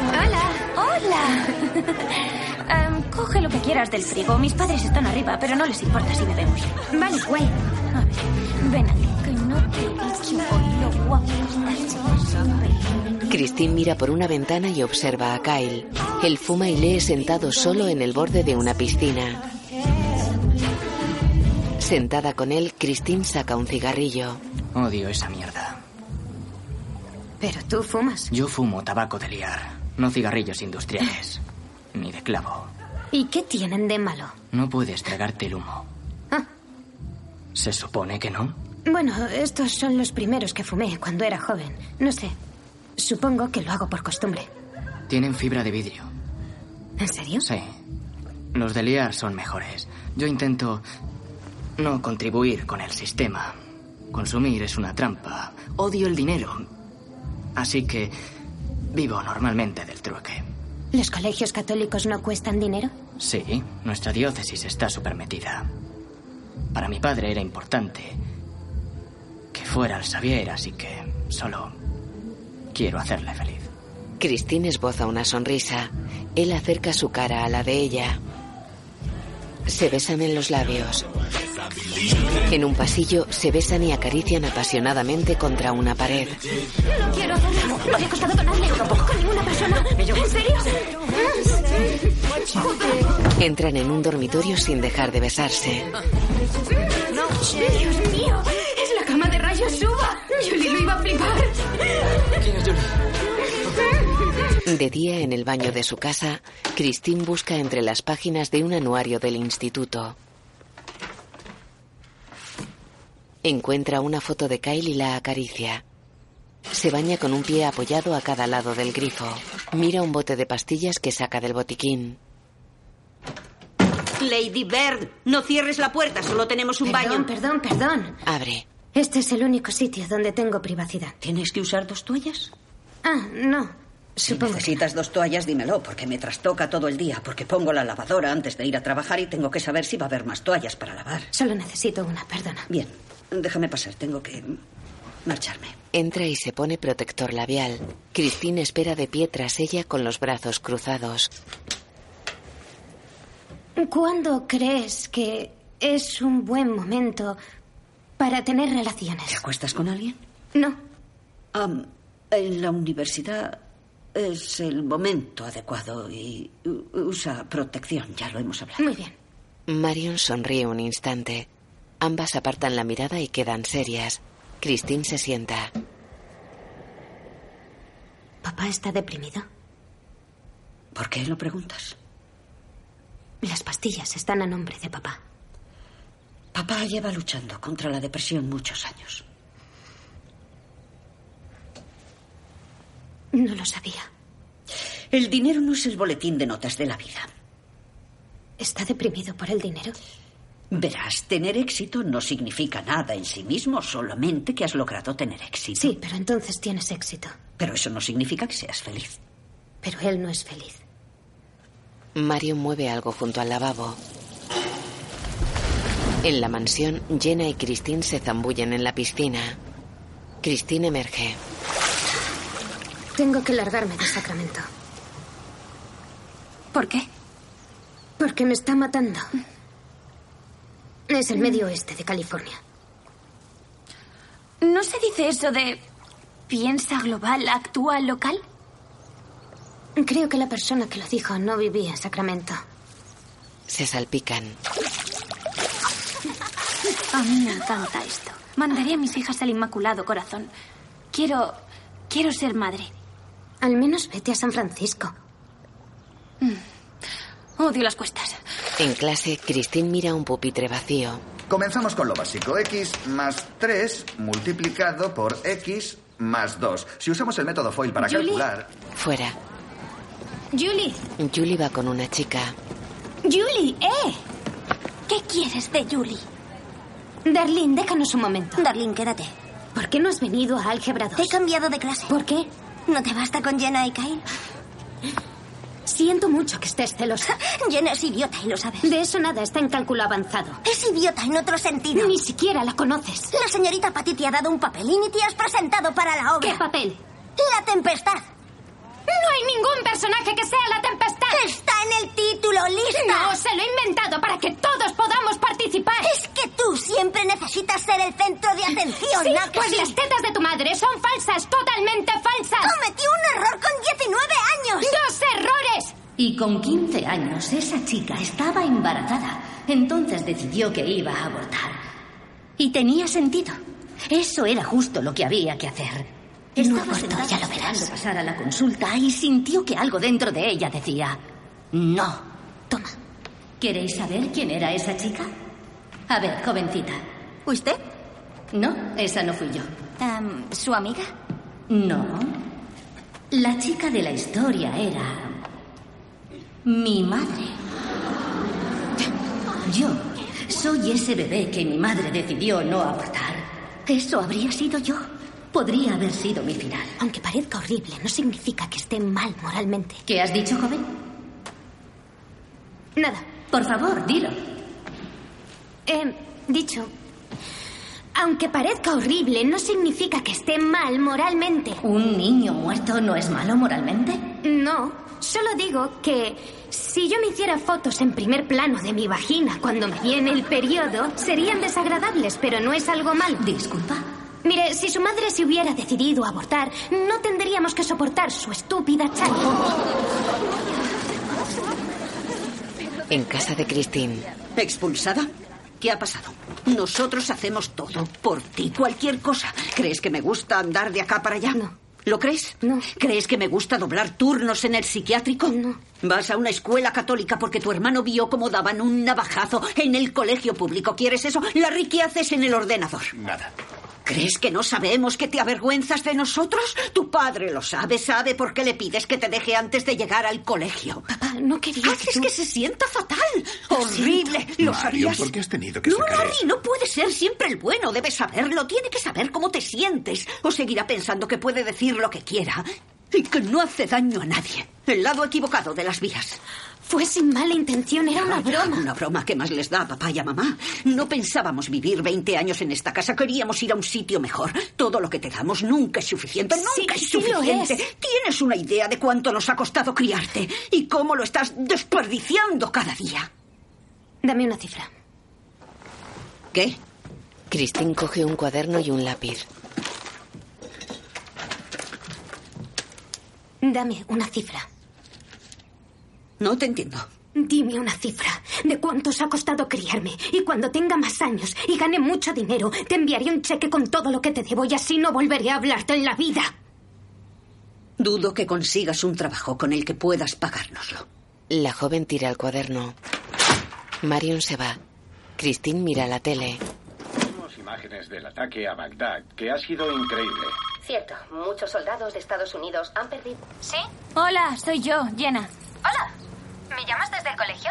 [SPEAKER 16] Hola. Hola. (laughs) Em, coge lo que quieras del frigo. Mis padres están arriba, pero no les importa si bebemos.
[SPEAKER 3] Vale, güey.
[SPEAKER 16] A ver, ven aquí, que no te he dicho hoy lo guapo que estás.
[SPEAKER 2] Christine mira por una ventana y observa a Kyle. Él fuma y lee sentado solo en el borde de una piscina. Sentada con él, Christine saca un cigarrillo.
[SPEAKER 23] Odio esa mierda.
[SPEAKER 3] Pero tú fumas.
[SPEAKER 23] Yo fumo tabaco de liar, no cigarrillos industriales, ni de clavo.
[SPEAKER 3] ¿Y qué tienen de malo?
[SPEAKER 23] No puedes tragarte el humo.
[SPEAKER 3] Ah.
[SPEAKER 23] Se supone que no.
[SPEAKER 3] Bueno, estos son los primeros que fumé cuando era joven. No sé. Supongo que lo hago por costumbre.
[SPEAKER 23] Tienen fibra de vidrio.
[SPEAKER 3] ¿En serio?
[SPEAKER 23] Sí. Los de liar son mejores. Yo intento no contribuir con el sistema. Consumir es una trampa. Odio el dinero. Así que vivo normalmente del trueque.
[SPEAKER 3] ¿Los colegios católicos no cuestan dinero?
[SPEAKER 23] Sí, nuestra diócesis está supermetida. Para mi padre era importante que fuera el Xavier, así que solo quiero hacerle feliz.
[SPEAKER 2] Christine esboza una sonrisa. Él acerca su cara a la de ella. Se besan en los labios. En un pasillo se besan y acarician apasionadamente contra una pared.
[SPEAKER 8] No quiero hacerlo. No me he acostado con nadie. Con ninguna persona. ¿En serio? Joder.
[SPEAKER 2] Entran en un dormitorio sin dejar de besarse.
[SPEAKER 8] Dios mío. Es la cama de rayos suba. Julie lo iba a flipar.
[SPEAKER 2] De día, en el baño de su casa, Christine busca entre las páginas de un anuario del instituto. Encuentra una foto de Kyle y la acaricia. Se baña con un pie apoyado a cada lado del grifo. Mira un bote de pastillas que saca del botiquín.
[SPEAKER 4] Lady Bird, no cierres la puerta, solo tenemos un
[SPEAKER 3] Perdón,
[SPEAKER 4] baño.
[SPEAKER 3] perdón, perdón.
[SPEAKER 2] Abre.
[SPEAKER 3] Este es el único sitio donde tengo privacidad.
[SPEAKER 4] ¿Tienes que usar dos toallas?
[SPEAKER 3] Ah, no.
[SPEAKER 4] Si necesitas dos toallas, dímelo, porque me trastoca todo el día, porque pongo la lavadora antes de ir a trabajar y tengo que saber si va a haber más toallas para lavar.
[SPEAKER 3] Solo necesito una, perdona.
[SPEAKER 4] Bien, déjame pasar, tengo que marcharme.
[SPEAKER 2] Entra y se pone protector labial. Christine espera de pie tras ella con los brazos cruzados.
[SPEAKER 3] ¿Cuándo crees que es un buen momento para tener relaciones?
[SPEAKER 4] ¿Te acuestas con alguien?
[SPEAKER 3] No.
[SPEAKER 4] Am, en la universidad es el momento adecuado y u- usa protección, ya lo hemos hablado.
[SPEAKER 3] Muy bien.
[SPEAKER 2] Marion sonríe un instante. Ambas apartan la mirada y quedan serias. Christine se sienta.
[SPEAKER 3] ¿Papá está deprimido?
[SPEAKER 4] ¿Por qué lo preguntas?
[SPEAKER 3] Las pastillas están a nombre de papá.
[SPEAKER 4] Papá lleva luchando contra la depresión muchos años.
[SPEAKER 3] No lo sabía.
[SPEAKER 4] El dinero no es el boletín de notas de la vida.
[SPEAKER 3] ¿Está deprimido por el dinero?
[SPEAKER 4] Verás, tener éxito no significa nada en sí mismo, solamente que has logrado tener éxito.
[SPEAKER 3] Sí, pero entonces tienes éxito.
[SPEAKER 4] Pero eso no significa que seas feliz.
[SPEAKER 3] Pero él no es feliz.
[SPEAKER 2] Marion mueve algo junto al lavabo. En la mansión, Jenna y Christine se zambullen en la piscina. Christine emerge.
[SPEAKER 3] Tengo que largarme de Sacramento.
[SPEAKER 16] ¿Por qué?
[SPEAKER 3] Porque me está matando. Es el medio oeste de California.
[SPEAKER 16] No se dice eso de
[SPEAKER 27] piensa global, actúa local?
[SPEAKER 3] Creo que la persona que lo dijo no vivía en Sacramento.
[SPEAKER 2] Se salpican.
[SPEAKER 27] A mí me encanta Oh, esto. Mandaré a mis hijas al Inmaculado Corazón. Quiero. Quiero ser madre.
[SPEAKER 3] Al menos vete a San Francisco.
[SPEAKER 27] Mm. Odio las cuestas.
[SPEAKER 2] En clase, Christine mira un pupitre vacío.
[SPEAKER 9] Comenzamos con lo básico. X más 3 multiplicado por X más 2. Si usamos el método FOIL para
[SPEAKER 2] Julie.
[SPEAKER 9] calcular...
[SPEAKER 2] Fuera.
[SPEAKER 27] Julie.
[SPEAKER 2] Julie va con una chica.
[SPEAKER 27] Julie, ¿eh? ¿Qué quieres de Julie?
[SPEAKER 3] Darlene, déjanos un momento.
[SPEAKER 8] Darlene, quédate.
[SPEAKER 3] ¿Por qué no has venido a Álgebra 2?
[SPEAKER 8] Te he cambiado de clase.
[SPEAKER 3] ¿Por qué?
[SPEAKER 8] ¿No te basta con Jenna y Kyle?
[SPEAKER 3] Siento mucho que estés celosa.
[SPEAKER 8] (laughs) Jenna es idiota y lo sabes.
[SPEAKER 3] De eso nada, está en cálculo avanzado.
[SPEAKER 8] Es idiota en otro sentido.
[SPEAKER 3] Ni siquiera la conoces.
[SPEAKER 8] La señorita Patty te ha dado un papel y ni te has presentado para la obra.
[SPEAKER 3] ¿Qué papel?
[SPEAKER 8] La tempestad.
[SPEAKER 28] No hay ningún personaje que sea la tempestad.
[SPEAKER 8] Está en el título, lista.
[SPEAKER 28] No, se lo he inventado para que todos podamos participar.
[SPEAKER 8] Es que tú siempre necesitas ser el centro de atención,
[SPEAKER 28] Sí,
[SPEAKER 8] ¿a que
[SPEAKER 28] pues
[SPEAKER 8] sí?
[SPEAKER 28] las tetas de tu madre son falsas, totalmente falsas.
[SPEAKER 8] Cometí un error con 19 años.
[SPEAKER 28] ¡Dos errores!
[SPEAKER 10] Y con 15 años esa chica estaba embarazada. Entonces decidió que iba a abortar. Y tenía sentido. Eso era justo lo que había que hacer. Estaba sentada
[SPEAKER 8] ya lo verás.
[SPEAKER 10] esperando pasar a la consulta y sintió que algo dentro de ella decía, no. Toma. ¿Queréis saber quién era esa chica? A ver, jovencita. ¿Usted? No, esa no fui yo.
[SPEAKER 29] ¿Su amiga?
[SPEAKER 10] No. La chica de la historia era. Mi madre. Yo soy ese bebé que mi madre decidió no abortar. Eso habría sido yo. Podría haber sido mi final.
[SPEAKER 3] Aunque parezca horrible, no significa que esté mal moralmente.
[SPEAKER 10] ¿Qué has dicho, joven?
[SPEAKER 3] Nada.
[SPEAKER 10] Por favor, dilo.
[SPEAKER 3] He dicho. Aunque parezca horrible, no significa que esté mal moralmente.
[SPEAKER 10] ¿Un niño muerto no es malo moralmente?
[SPEAKER 3] No, solo digo que si yo me hiciera fotos en primer plano de mi vagina cuando me viene el periodo, serían desagradables, pero no es algo malo.
[SPEAKER 10] Disculpa.
[SPEAKER 3] Mire, si su madre se hubiera decidido a abortar, no tendríamos que soportar su estúpida
[SPEAKER 10] (laughs)
[SPEAKER 3] charla.
[SPEAKER 2] En casa de Christine.
[SPEAKER 4] ¿Expulsada? ¿Qué ha pasado? Nosotros hacemos todo por ti, cualquier cosa. ¿Crees que me gusta andar de acá para allá? No. ¿Lo crees? No. ¿Crees que me gusta doblar turnos en el psiquiátrico? No. Vas a una escuela católica porque tu hermano vio cómo daban un navajazo en el colegio público. ¿Quieres eso? Larry, ¿qué haces en el ordenador?
[SPEAKER 6] Nada.
[SPEAKER 4] ¿Crees que no sabemos que te avergüenzas de nosotros? Tu padre lo sabe, sabe por qué le pides que te deje antes de llegar al colegio.
[SPEAKER 3] Papá, no quería.
[SPEAKER 4] Haces que, se sienta fatal. Horrible. Lo
[SPEAKER 6] Mario,
[SPEAKER 4] sabías.
[SPEAKER 6] ¿por qué has tenido que
[SPEAKER 4] No,
[SPEAKER 6] sacar
[SPEAKER 4] Larry,
[SPEAKER 6] eso?
[SPEAKER 4] no puede ser siempre el bueno. Debes saberlo. Tiene que saber cómo te sientes. O seguirá pensando que puede decir lo que quiera y que no hace daño a nadie. El lado equivocado de las vías.
[SPEAKER 3] Fue sin mala intención, era una broma.
[SPEAKER 4] Una broma que más les da a papá y a mamá. No pensábamos vivir 20 años en esta casa. Queríamos ir a un sitio mejor. Todo lo que te damos nunca es suficiente. Nunca
[SPEAKER 3] Sí,
[SPEAKER 4] es
[SPEAKER 3] sí lo
[SPEAKER 4] suficiente.
[SPEAKER 3] es.
[SPEAKER 4] Tienes una idea de cuánto nos ha costado criarte y cómo lo estás desperdiciando cada día.
[SPEAKER 3] Dame una cifra.
[SPEAKER 4] ¿Qué?
[SPEAKER 2] Christine coge un cuaderno y un lápiz.
[SPEAKER 3] Dame una cifra.
[SPEAKER 4] No te entiendo.
[SPEAKER 3] Dime una cifra de cuánto os ha costado criarme. Y cuando tenga más años y gane mucho dinero, te enviaré un cheque con todo lo que te debo y así no volveré a hablarte en la vida.
[SPEAKER 4] Dudo que consigas un trabajo con el que puedas pagárnoslo.
[SPEAKER 2] La joven tira el cuaderno. Marion se va. Christine mira la tele.
[SPEAKER 6] Tenemos imágenes del ataque a Bagdad, que ha sido increíble.
[SPEAKER 16] Cierto, muchos soldados de Estados Unidos han perdido. ¿Sí?
[SPEAKER 27] Hola, soy yo, Jenna.
[SPEAKER 16] Hola. ¿Me llamas desde el colegio?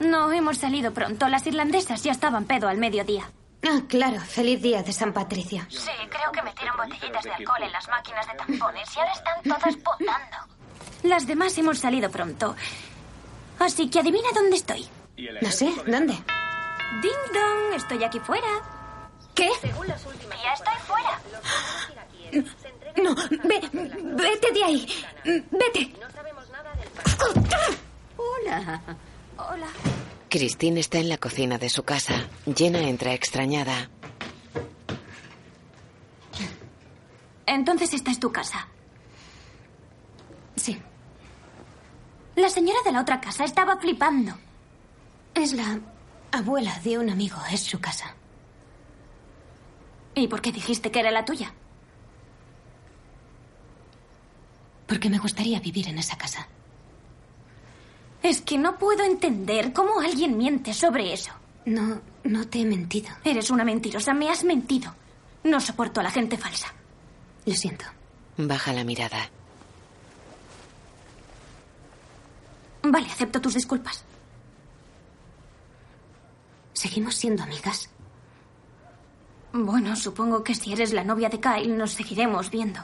[SPEAKER 27] No hemos salido pronto. Las irlandesas ya estaban pedo al mediodía.
[SPEAKER 3] Ah, claro. Feliz día de San Patricio.
[SPEAKER 16] Sí, creo que metieron botellitas de alcohol en las máquinas de tampones y ahora están todas botando.
[SPEAKER 27] Las demás hemos salido pronto. Así que adivina dónde estoy.
[SPEAKER 3] No sé, ¿dónde?
[SPEAKER 27] Ding dong, estoy aquí fuera.
[SPEAKER 3] ¿Qué?
[SPEAKER 16] Ya estoy fuera.
[SPEAKER 27] (gasps)
[SPEAKER 3] No, ve, vete de ahí. Vete.
[SPEAKER 10] Hola.
[SPEAKER 27] Hola.
[SPEAKER 2] Christine está en la cocina de su casa. Jenna entra extrañada.
[SPEAKER 30] Entonces esta es tu casa.
[SPEAKER 3] Sí.
[SPEAKER 30] La señora de la otra casa estaba flipando.
[SPEAKER 3] Es la abuela de un amigo, es su casa.
[SPEAKER 30] ¿Y por qué dijiste que era la tuya?
[SPEAKER 3] Porque me gustaría vivir en esa casa.
[SPEAKER 30] Es que no puedo entender cómo alguien miente sobre eso.
[SPEAKER 3] No, no te he mentido.
[SPEAKER 30] Eres una mentirosa, me has mentido. No soporto a la gente falsa.
[SPEAKER 3] Lo siento.
[SPEAKER 2] Baja la mirada.
[SPEAKER 30] Vale, acepto tus disculpas.
[SPEAKER 3] ¿Seguimos siendo amigas?
[SPEAKER 30] Bueno, supongo que si eres la novia de Kyle nos seguiremos viendo.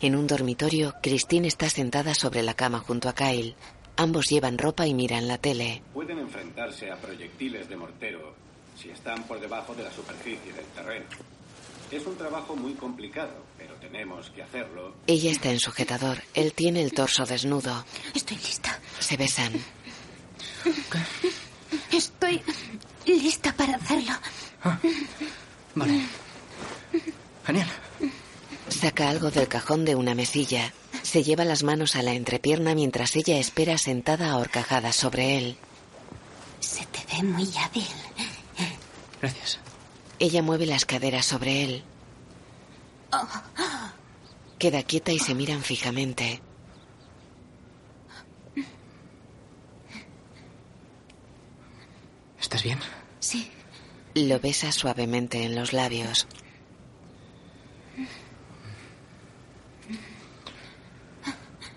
[SPEAKER 2] En un dormitorio, Christine está sentada sobre la cama junto a Kyle. Ambos llevan ropa y miran la tele.
[SPEAKER 6] Pueden enfrentarse a proyectiles de mortero si están por debajo de la superficie del terreno. Es un trabajo muy complicado, pero tenemos que hacerlo.
[SPEAKER 2] Ella está en sujetador. Él tiene el torso desnudo.
[SPEAKER 3] Estoy lista.
[SPEAKER 2] Se besan.
[SPEAKER 3] Estoy lista para hacerlo.
[SPEAKER 23] Ah, Vale. Genial.
[SPEAKER 2] Saca algo del cajón de una mesilla. Se lleva las manos a la entrepierna mientras ella espera sentada a horcajadas sobre él.
[SPEAKER 3] Se te ve muy hábil.
[SPEAKER 23] Gracias.
[SPEAKER 2] Ella mueve las caderas sobre él.
[SPEAKER 30] Oh,
[SPEAKER 2] Queda quieta y se miran fijamente.
[SPEAKER 23] ¿Estás bien?
[SPEAKER 3] Sí.
[SPEAKER 2] Lo besa suavemente en los labios.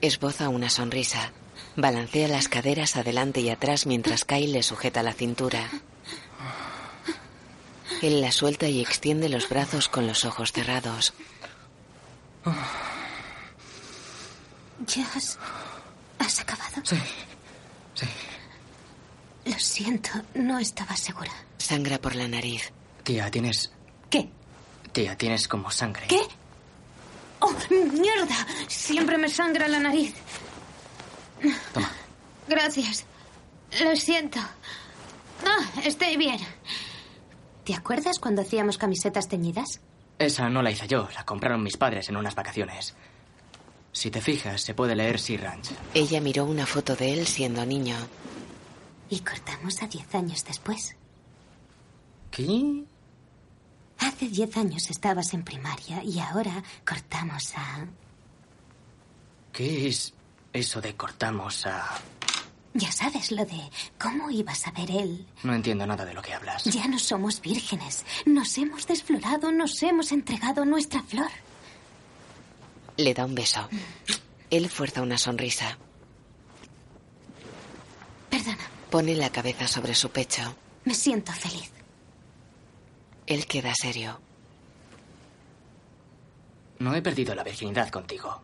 [SPEAKER 2] Esboza una sonrisa. Balancea las caderas adelante y atrás mientras Kyle le sujeta la cintura. Él la suelta y extiende los brazos con los ojos cerrados.
[SPEAKER 16] Ah.
[SPEAKER 3] ¿Ya has, has acabado?
[SPEAKER 23] Sí.
[SPEAKER 3] Lo siento, no estaba segura.
[SPEAKER 2] Sangra por la nariz.
[SPEAKER 23] Tía, tienes.
[SPEAKER 3] ¿Qué?
[SPEAKER 23] Tía, tienes como sangre.
[SPEAKER 3] ¿Qué? ¡Oh, mierda! Siempre me sangra la nariz.
[SPEAKER 23] Toma.
[SPEAKER 3] Gracias. Lo siento. No, estoy bien. ¿Te acuerdas cuando hacíamos camisetas teñidas?
[SPEAKER 23] Esa no la hice yo, la compraron mis padres en unas vacaciones. Si te fijas, se puede leer Sea Ranch.
[SPEAKER 2] Ella miró una foto de él siendo niño.
[SPEAKER 3] Y cortamos a diez años después.
[SPEAKER 23] ¿Qué?
[SPEAKER 3] Hace diez años estabas en primaria y ahora cortamos a...
[SPEAKER 23] ¿Qué es eso de cortamos a.?
[SPEAKER 3] Ya sabes lo de cómo iba a saber él.
[SPEAKER 23] No entiendo nada de lo que hablas.
[SPEAKER 3] Ya no somos vírgenes. Nos hemos desflorado, nos hemos entregado nuestra flor.
[SPEAKER 2] Le da un beso. Él fuerza una sonrisa.
[SPEAKER 3] Perdona,
[SPEAKER 2] Pone la cabeza sobre su pecho.
[SPEAKER 3] me siento feliz.
[SPEAKER 2] Él queda serio.
[SPEAKER 23] No he perdido la virginidad contigo.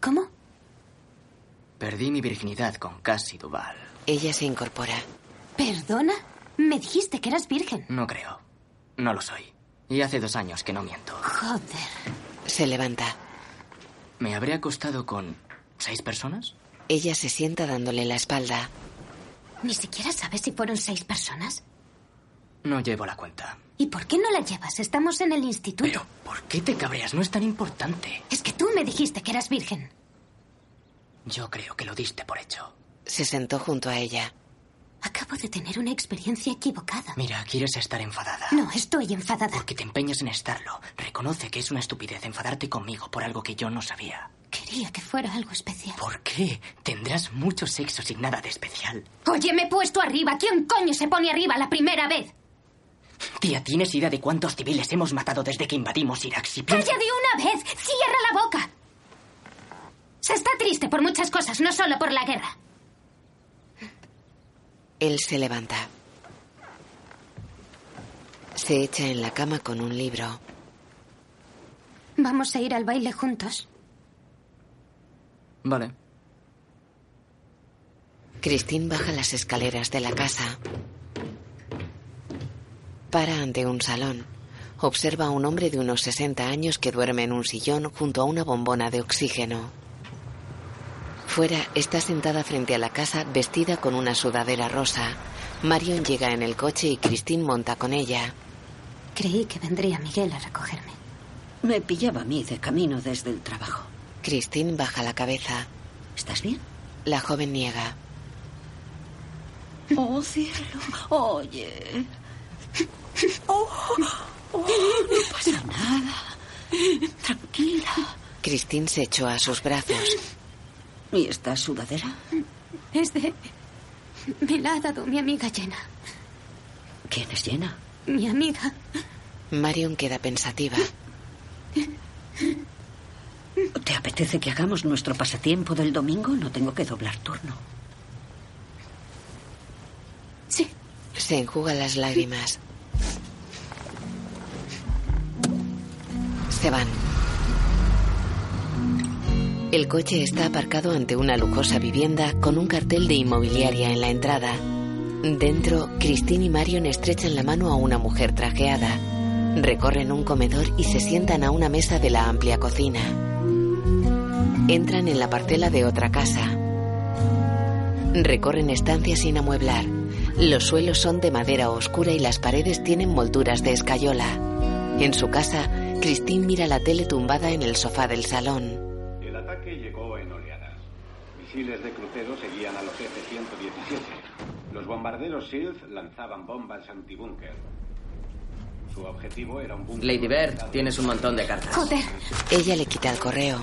[SPEAKER 3] ¿Cómo?
[SPEAKER 23] Perdí mi virginidad con Cassie Duval.
[SPEAKER 2] Ella se incorpora.
[SPEAKER 3] ¿Perdona? Me dijiste que eras virgen.
[SPEAKER 23] No creo. No lo soy. Y hace dos años que no miento.
[SPEAKER 3] Joder.
[SPEAKER 2] Se levanta.
[SPEAKER 23] ¿Me habré acostado con seis personas?
[SPEAKER 2] Ella se sienta dándole la espalda.
[SPEAKER 3] Ni siquiera sabes si fueron seis personas.
[SPEAKER 23] No llevo la cuenta.
[SPEAKER 3] ¿Y por qué no la llevas? Estamos en el instituto.
[SPEAKER 23] ¿Por qué te cabreas? No es tan importante.
[SPEAKER 3] Es que tú me dijiste que eras virgen.
[SPEAKER 23] Yo creo que lo diste por hecho.
[SPEAKER 2] Se sentó junto a ella.
[SPEAKER 3] Acabo de tener una experiencia equivocada.
[SPEAKER 23] Mira, quieres estar enfadada.
[SPEAKER 3] No, estoy enfadada.
[SPEAKER 23] Porque te empeñas en estarlo. Reconoce que es una estupidez enfadarte conmigo por algo que yo no sabía.
[SPEAKER 3] Quería que fuera algo especial.
[SPEAKER 23] ¿Por qué? Tendrás mucho sexo sin nada de especial.
[SPEAKER 31] Oye, me he puesto arriba. ¿Quién coño se pone arriba la primera vez?
[SPEAKER 23] Tía, ¿tienes idea de cuántos civiles hemos matado desde que invadimos Irak? Si piensas-
[SPEAKER 31] ¡Calla de una vez! ¡Cierra la boca! Se está triste por muchas cosas, no solo por la guerra.
[SPEAKER 2] Él se levanta. Se echa en la cama con un libro.
[SPEAKER 3] Vamos a ir al baile juntos.
[SPEAKER 23] Vale.
[SPEAKER 2] Christine baja las escaleras de la casa. Para ante un salón. Observa a un hombre de unos 60 años que duerme en un sillón junto a una bombona de oxígeno. Fuera está sentada frente a la casa vestida con una sudadera rosa. Marion llega en el coche y Christine monta con ella.
[SPEAKER 3] Creí que vendría Miguel a recogerme.
[SPEAKER 4] Me pillaba a mí de camino desde el trabajo.
[SPEAKER 2] Christine baja la cabeza.
[SPEAKER 4] ¿Estás bien?
[SPEAKER 2] La joven niega.
[SPEAKER 4] Oh, cielo. Oye. Oh, oh, no pasa nada. Tranquila.
[SPEAKER 2] Christine se echó a sus brazos.
[SPEAKER 4] ¿Y esta sudadera?
[SPEAKER 3] Es de. Me la ha dado mi amiga Jenna.
[SPEAKER 4] ¿Quién es llena?
[SPEAKER 3] Mi amiga.
[SPEAKER 2] Marion queda pensativa.
[SPEAKER 4] ¿Te apetece que hagamos nuestro pasatiempo del domingo? No tengo que doblar turno.
[SPEAKER 2] Se enjuga las lágrimas. Se van. El coche está aparcado ante una lujosa vivienda con un cartel de inmobiliaria en la entrada. Dentro, Christine y Marion estrechan la mano a una mujer trajeada. Recorren un comedor y se sientan a una mesa de la amplia cocina. Entran en la parcela de otra casa. Recorren estancias sin amueblar. Los suelos son de madera oscura y las paredes tienen molduras de escayola. En su casa, Christine mira la tele tumbada en el sofá del salón.
[SPEAKER 6] El ataque llegó en oleadas. Misiles de crucero seguían a los F-117. Los bombarderos SEALs E lanzaban bombas antibúnker. Su objetivo era un búnker.
[SPEAKER 5] Lady Bird, tienes un montón de cartas.
[SPEAKER 3] Joder,
[SPEAKER 2] Ella le quita el correo.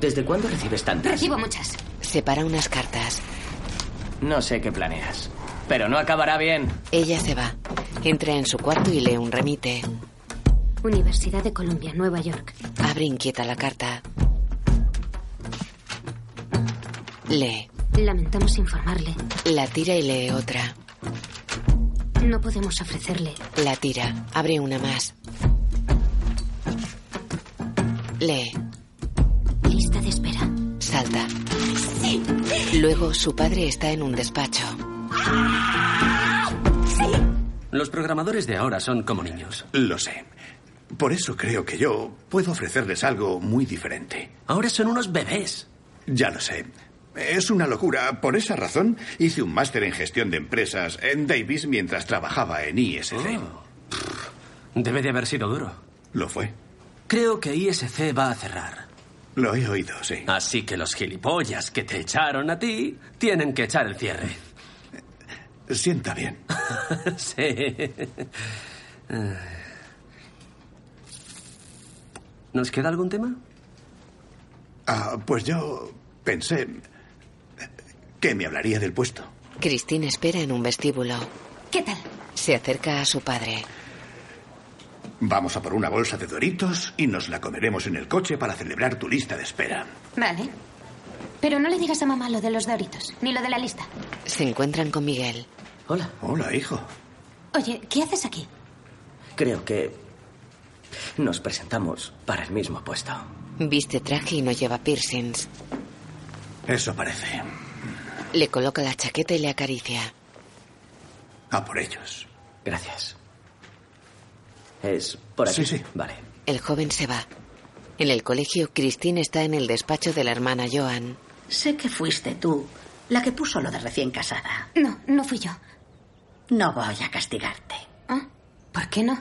[SPEAKER 5] ¿Desde cuándo recibes tantas?
[SPEAKER 3] recibo muchas.
[SPEAKER 2] Separa unas cartas.
[SPEAKER 5] No sé qué planeas, pero no acabará bien.
[SPEAKER 2] Ella se va. Entra en su cuarto y lee un remite.
[SPEAKER 3] Universidad de Columbia, Nueva York.
[SPEAKER 2] Abre inquieta la carta. Lee.
[SPEAKER 3] Lamentamos informarle.
[SPEAKER 2] La tira y lee otra.
[SPEAKER 3] No podemos ofrecerle.
[SPEAKER 2] La tira. Abre una más. Lee.
[SPEAKER 3] Lista de espera.
[SPEAKER 2] Salta. Luego su padre está en un despacho.
[SPEAKER 11] Los programadores de ahora son como niños.
[SPEAKER 13] Lo sé. Por eso creo que yo puedo ofrecerles algo muy diferente.
[SPEAKER 11] Ahora son unos bebés.
[SPEAKER 13] Ya lo sé. Es una locura. Por esa razón hice un máster en gestión de empresas en Davis mientras trabajaba en ISC.
[SPEAKER 11] Oh. Debe de haber sido duro.
[SPEAKER 13] Lo fue.
[SPEAKER 11] Creo que ISC va a cerrar.
[SPEAKER 13] Lo he oído, sí.
[SPEAKER 11] Así que los gilipollas que te echaron a ti tienen que echar el cierre.
[SPEAKER 13] Sienta bien.
[SPEAKER 11] (laughs) sí. ¿Nos queda algún tema?
[SPEAKER 13] Ah, pues yo pensé que me hablaría del puesto.
[SPEAKER 2] Christine espera en un vestíbulo.
[SPEAKER 3] ¿Qué tal?
[SPEAKER 2] Se acerca a su padre.
[SPEAKER 13] Vamos a por una bolsa de doritos y nos la comeremos en el coche para celebrar tu lista de espera.
[SPEAKER 3] Vale. Pero no le digas a mamá lo de los doritos, ni lo de la lista.
[SPEAKER 2] Se encuentran con Miguel.
[SPEAKER 5] Hola.
[SPEAKER 13] Hola, hijo.
[SPEAKER 3] Oye, ¿qué haces aquí?
[SPEAKER 5] Creo que nos presentamos para el mismo puesto.
[SPEAKER 2] Viste traje y no lleva piercings.
[SPEAKER 13] Eso parece.
[SPEAKER 2] Le coloca la chaqueta y le acaricia.
[SPEAKER 13] A por ellos.
[SPEAKER 5] Gracias. Es por aquí.
[SPEAKER 13] Sí, sí.
[SPEAKER 5] Vale.
[SPEAKER 2] El joven se va. En el colegio, Christine está en el despacho de la hermana Joan.
[SPEAKER 10] Sé que fuiste tú la que puso lo de recién casada.
[SPEAKER 3] No, no fui yo.
[SPEAKER 10] No voy a castigarte.
[SPEAKER 3] ¿Ah? ¿Por qué no?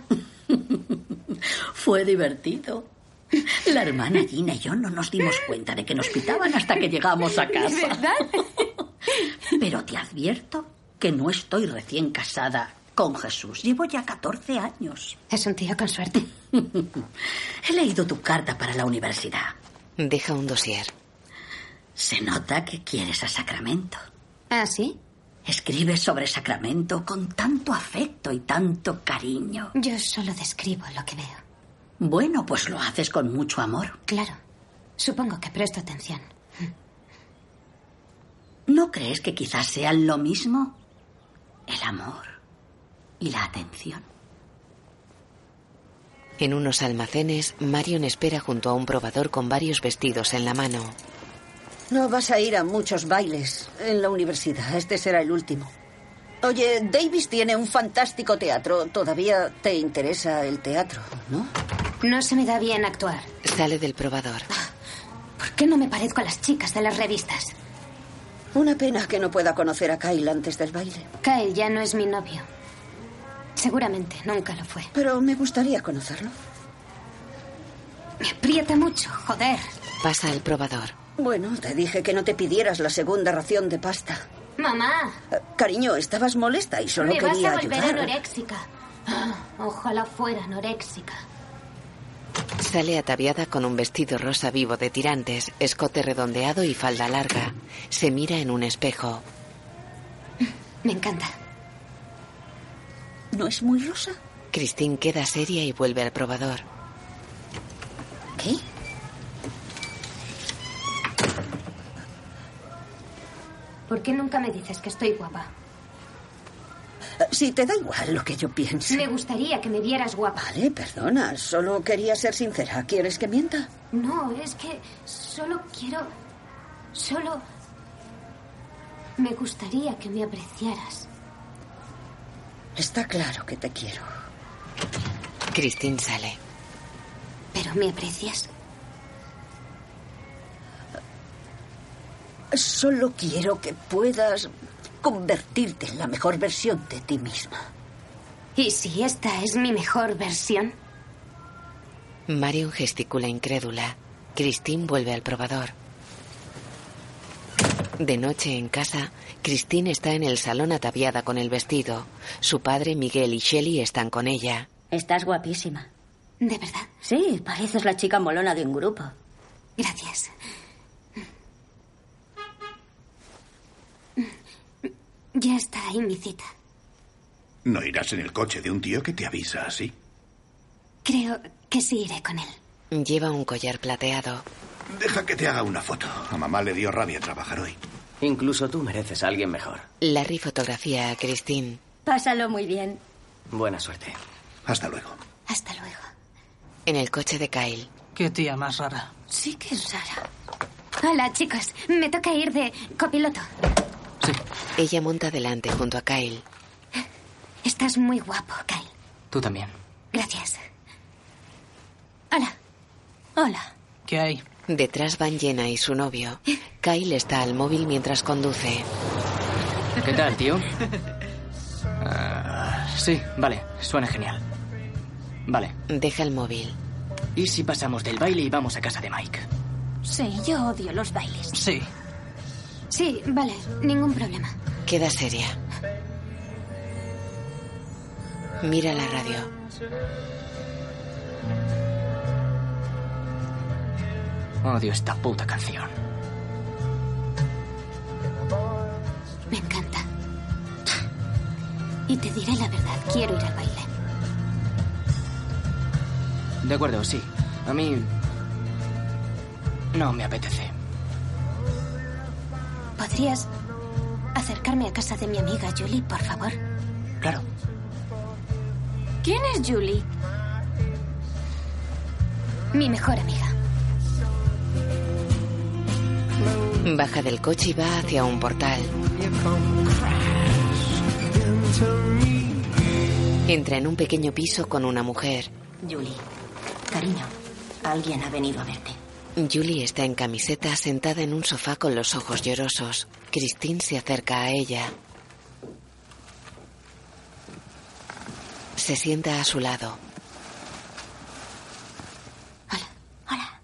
[SPEAKER 10] (laughs) Fue divertido. La hermana Gina y yo no nos dimos cuenta de que nos pitaban hasta que llegamos a casa. (laughs) Pero te advierto que no estoy recién casada con Jesús. Llevo ya 14 años.
[SPEAKER 3] Es un tío con suerte.
[SPEAKER 10] (laughs) He leído tu carta para la universidad.
[SPEAKER 2] Deja un dossier.
[SPEAKER 10] Se nota que quieres a Sacramento.
[SPEAKER 3] ¿Ah, sí?
[SPEAKER 10] Escribes sobre Sacramento con tanto afecto y tanto cariño.
[SPEAKER 3] Yo solo describo lo que veo.
[SPEAKER 10] Bueno, pues lo haces con mucho amor.
[SPEAKER 3] Claro. Supongo que presto atención.
[SPEAKER 10] ¿No crees que quizás sean lo mismo? El amor y la atención.
[SPEAKER 2] En unos almacenes, Marion espera junto a un probador con varios vestidos en la mano.
[SPEAKER 4] No vas a ir a muchos bailes en la universidad. Este será el último. Oye, Davis tiene un fantástico teatro. Todavía te interesa el teatro, ¿no?
[SPEAKER 3] No se me da bien actuar.
[SPEAKER 2] Sale del probador.
[SPEAKER 3] ¿Por qué no me parezco a las chicas de las revistas?
[SPEAKER 4] Una pena que no pueda conocer a Kyle antes del baile.
[SPEAKER 3] Kyle ya no es mi novio. Seguramente, nunca lo fue.
[SPEAKER 4] Pero me gustaría conocerlo.
[SPEAKER 3] Me aprieta mucho, joder.
[SPEAKER 2] Pasa el probador.
[SPEAKER 4] Bueno, te dije que no te pidieras la segunda ración de pasta.
[SPEAKER 32] Mamá,
[SPEAKER 4] Eh, Cariño, estabas molesta y solo
[SPEAKER 32] me vas
[SPEAKER 4] quería
[SPEAKER 32] a volver
[SPEAKER 4] ayudar.
[SPEAKER 32] anoréxica. Ah, Ojalá fuera anoréxica.
[SPEAKER 2] Sale ataviada con un vestido rosa vivo de tirantes, escote redondeado y falda larga. Se mira en un espejo.
[SPEAKER 3] Me encanta.
[SPEAKER 4] ¿No es muy rosa?
[SPEAKER 2] Christine queda seria y vuelve al probador.
[SPEAKER 4] ¿Qué?
[SPEAKER 32] ¿Por qué nunca me dices que estoy guapa?
[SPEAKER 4] Si Eh, te da igual lo que yo piense.
[SPEAKER 32] Me gustaría que me vieras guapa.
[SPEAKER 4] Vale, perdona, solo quería ser sincera. ¿Quieres que mienta?
[SPEAKER 32] No, es que solo quiero... Solo... Me gustaría que me apreciaras.
[SPEAKER 4] Está claro que te quiero.
[SPEAKER 2] Christine sale.
[SPEAKER 3] ¿Pero me aprecias?
[SPEAKER 4] Eh, Solo quiero que puedas convertirte en la mejor versión de ti misma.
[SPEAKER 3] ¿Y si esta es mi mejor versión?
[SPEAKER 2] Marion gesticula incrédula. Christine vuelve al probador. De noche en casa, Christine está en el salón ataviada con el vestido. Su padre, Miguel y Shelley están con ella.
[SPEAKER 10] Estás guapísima.
[SPEAKER 3] ¿De verdad?
[SPEAKER 10] Sí, pareces la chica molona de un grupo.
[SPEAKER 3] Gracias. Ya está ahí mi cita.
[SPEAKER 5] No irás en el coche de un tío que te avisa así.
[SPEAKER 3] Creo que sí iré con él.
[SPEAKER 2] Lleva un collar plateado.
[SPEAKER 5] Deja que te haga una foto. A mamá le dio rabia trabajar hoy.
[SPEAKER 23] Incluso tú mereces a alguien mejor.
[SPEAKER 2] Larry fotografía a Christine.
[SPEAKER 10] Pásalo muy bien.
[SPEAKER 23] Buena suerte.
[SPEAKER 5] Hasta luego.
[SPEAKER 3] Hasta luego.
[SPEAKER 2] En el coche de Kyle.
[SPEAKER 33] Qué tía más rara.
[SPEAKER 3] Sí que es rara. Hola, chicos. Me toca ir de copiloto.
[SPEAKER 2] Ella monta delante junto a Kyle.
[SPEAKER 3] Estás muy guapo, Kyle.
[SPEAKER 23] Tú también.
[SPEAKER 3] Gracias. Hola. Hola.
[SPEAKER 33] ¿Qué hay?
[SPEAKER 2] Detrás van Jenna y su novio. Kyle está al móvil mientras conduce.
[SPEAKER 23] ¿Qué tal, tío? Ah, sí, vale, suena genial. Vale.
[SPEAKER 2] Deja el móvil.
[SPEAKER 23] ¿Y si pasamos del baile y vamos a casa de Mike?
[SPEAKER 34] Sí, yo odio los bailes.
[SPEAKER 33] Sí.
[SPEAKER 3] Sí, vale. Ningún problema.
[SPEAKER 2] Queda seria. Mira la radio.
[SPEAKER 23] Odio esta puta canción.
[SPEAKER 3] Me encanta. Y te diré la verdad. Quiero ir al baile.
[SPEAKER 23] De acuerdo, sí. A mí... No me apetece.
[SPEAKER 3] ¿Podrías acercarme a casa de mi amiga Julie, por favor?
[SPEAKER 23] Claro.
[SPEAKER 3] ¿Quién es Julie? Mi mejor amiga.
[SPEAKER 2] Baja del coche y va hacia un portal. Entra en un pequeño piso con una mujer.
[SPEAKER 35] Julie, cariño, alguien ha venido a verte.
[SPEAKER 2] Julie está en camiseta sentada en un sofá con los ojos llorosos. Christine se acerca a ella. Se sienta a su lado.
[SPEAKER 8] Hola.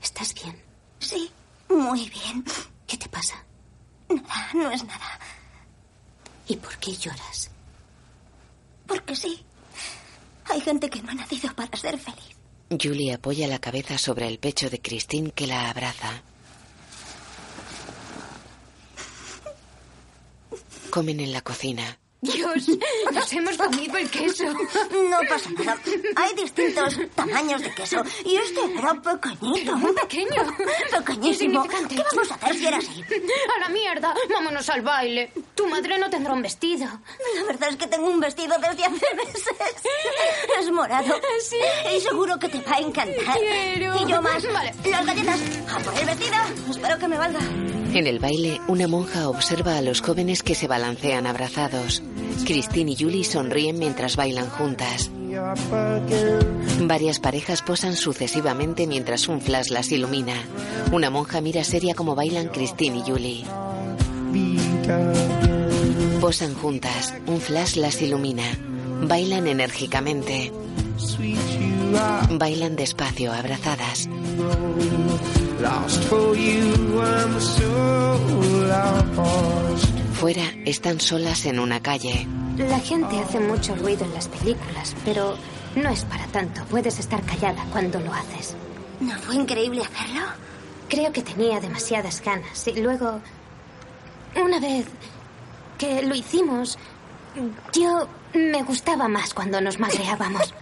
[SPEAKER 8] ¿Estás bien? Sí, muy bien. ¿Qué te pasa? Nada, no es nada.
[SPEAKER 3] ¿Y por qué lloras?
[SPEAKER 8] Porque sí. Hay gente que no ha nacido para ser feliz.
[SPEAKER 2] Julie apoya la cabeza sobre el pecho de Christine que la abraza. Comen en la cocina.
[SPEAKER 3] Dios, nos hemos comido el queso.
[SPEAKER 8] No pasa nada. Hay distintos tamaños de queso. Y este era pequeñito. Muy
[SPEAKER 3] pequeño.
[SPEAKER 8] Pequeñísimo. ¿Qué vamos a hacer si era
[SPEAKER 3] (laughs)
[SPEAKER 8] así?
[SPEAKER 3] A la mierda. Vámonos al baile. Tu madre no tendrá un vestido.
[SPEAKER 8] La verdad es que tengo un vestido desde hace meses. Es morado. Sí. Y seguro que te va a encantar.
[SPEAKER 3] ¿Ah, Quiero.
[SPEAKER 8] Y yo más.
[SPEAKER 3] Vale.
[SPEAKER 8] Las galletas. A por el vestido. Espero que me valga.
[SPEAKER 2] En el baile, una monja observa a los jóvenes que se balancean abrazados. Christine y Julie sonríen mientras bailan juntas. Ah, Varias parejas posan sucesivamente mientras un flash las ilumina. Una monja mira seria cómo bailan Christine y Julie. Posan juntas. Un flash las ilumina. Bailan enérgicamente. Bailan despacio, abrazadas.
[SPEAKER 22] Lost for you, I'm so lost.
[SPEAKER 2] Fuera están solas en una calle.
[SPEAKER 3] La gente hace mucho ruido en las películas, pero no es para tanto. Puedes estar callada cuando lo haces. ¿No fue increíble hacerlo? Creo que tenía demasiadas ganas. Y luego, una vez que lo hicimos, yo me gustaba más cuando nos (laughs) madreábamos.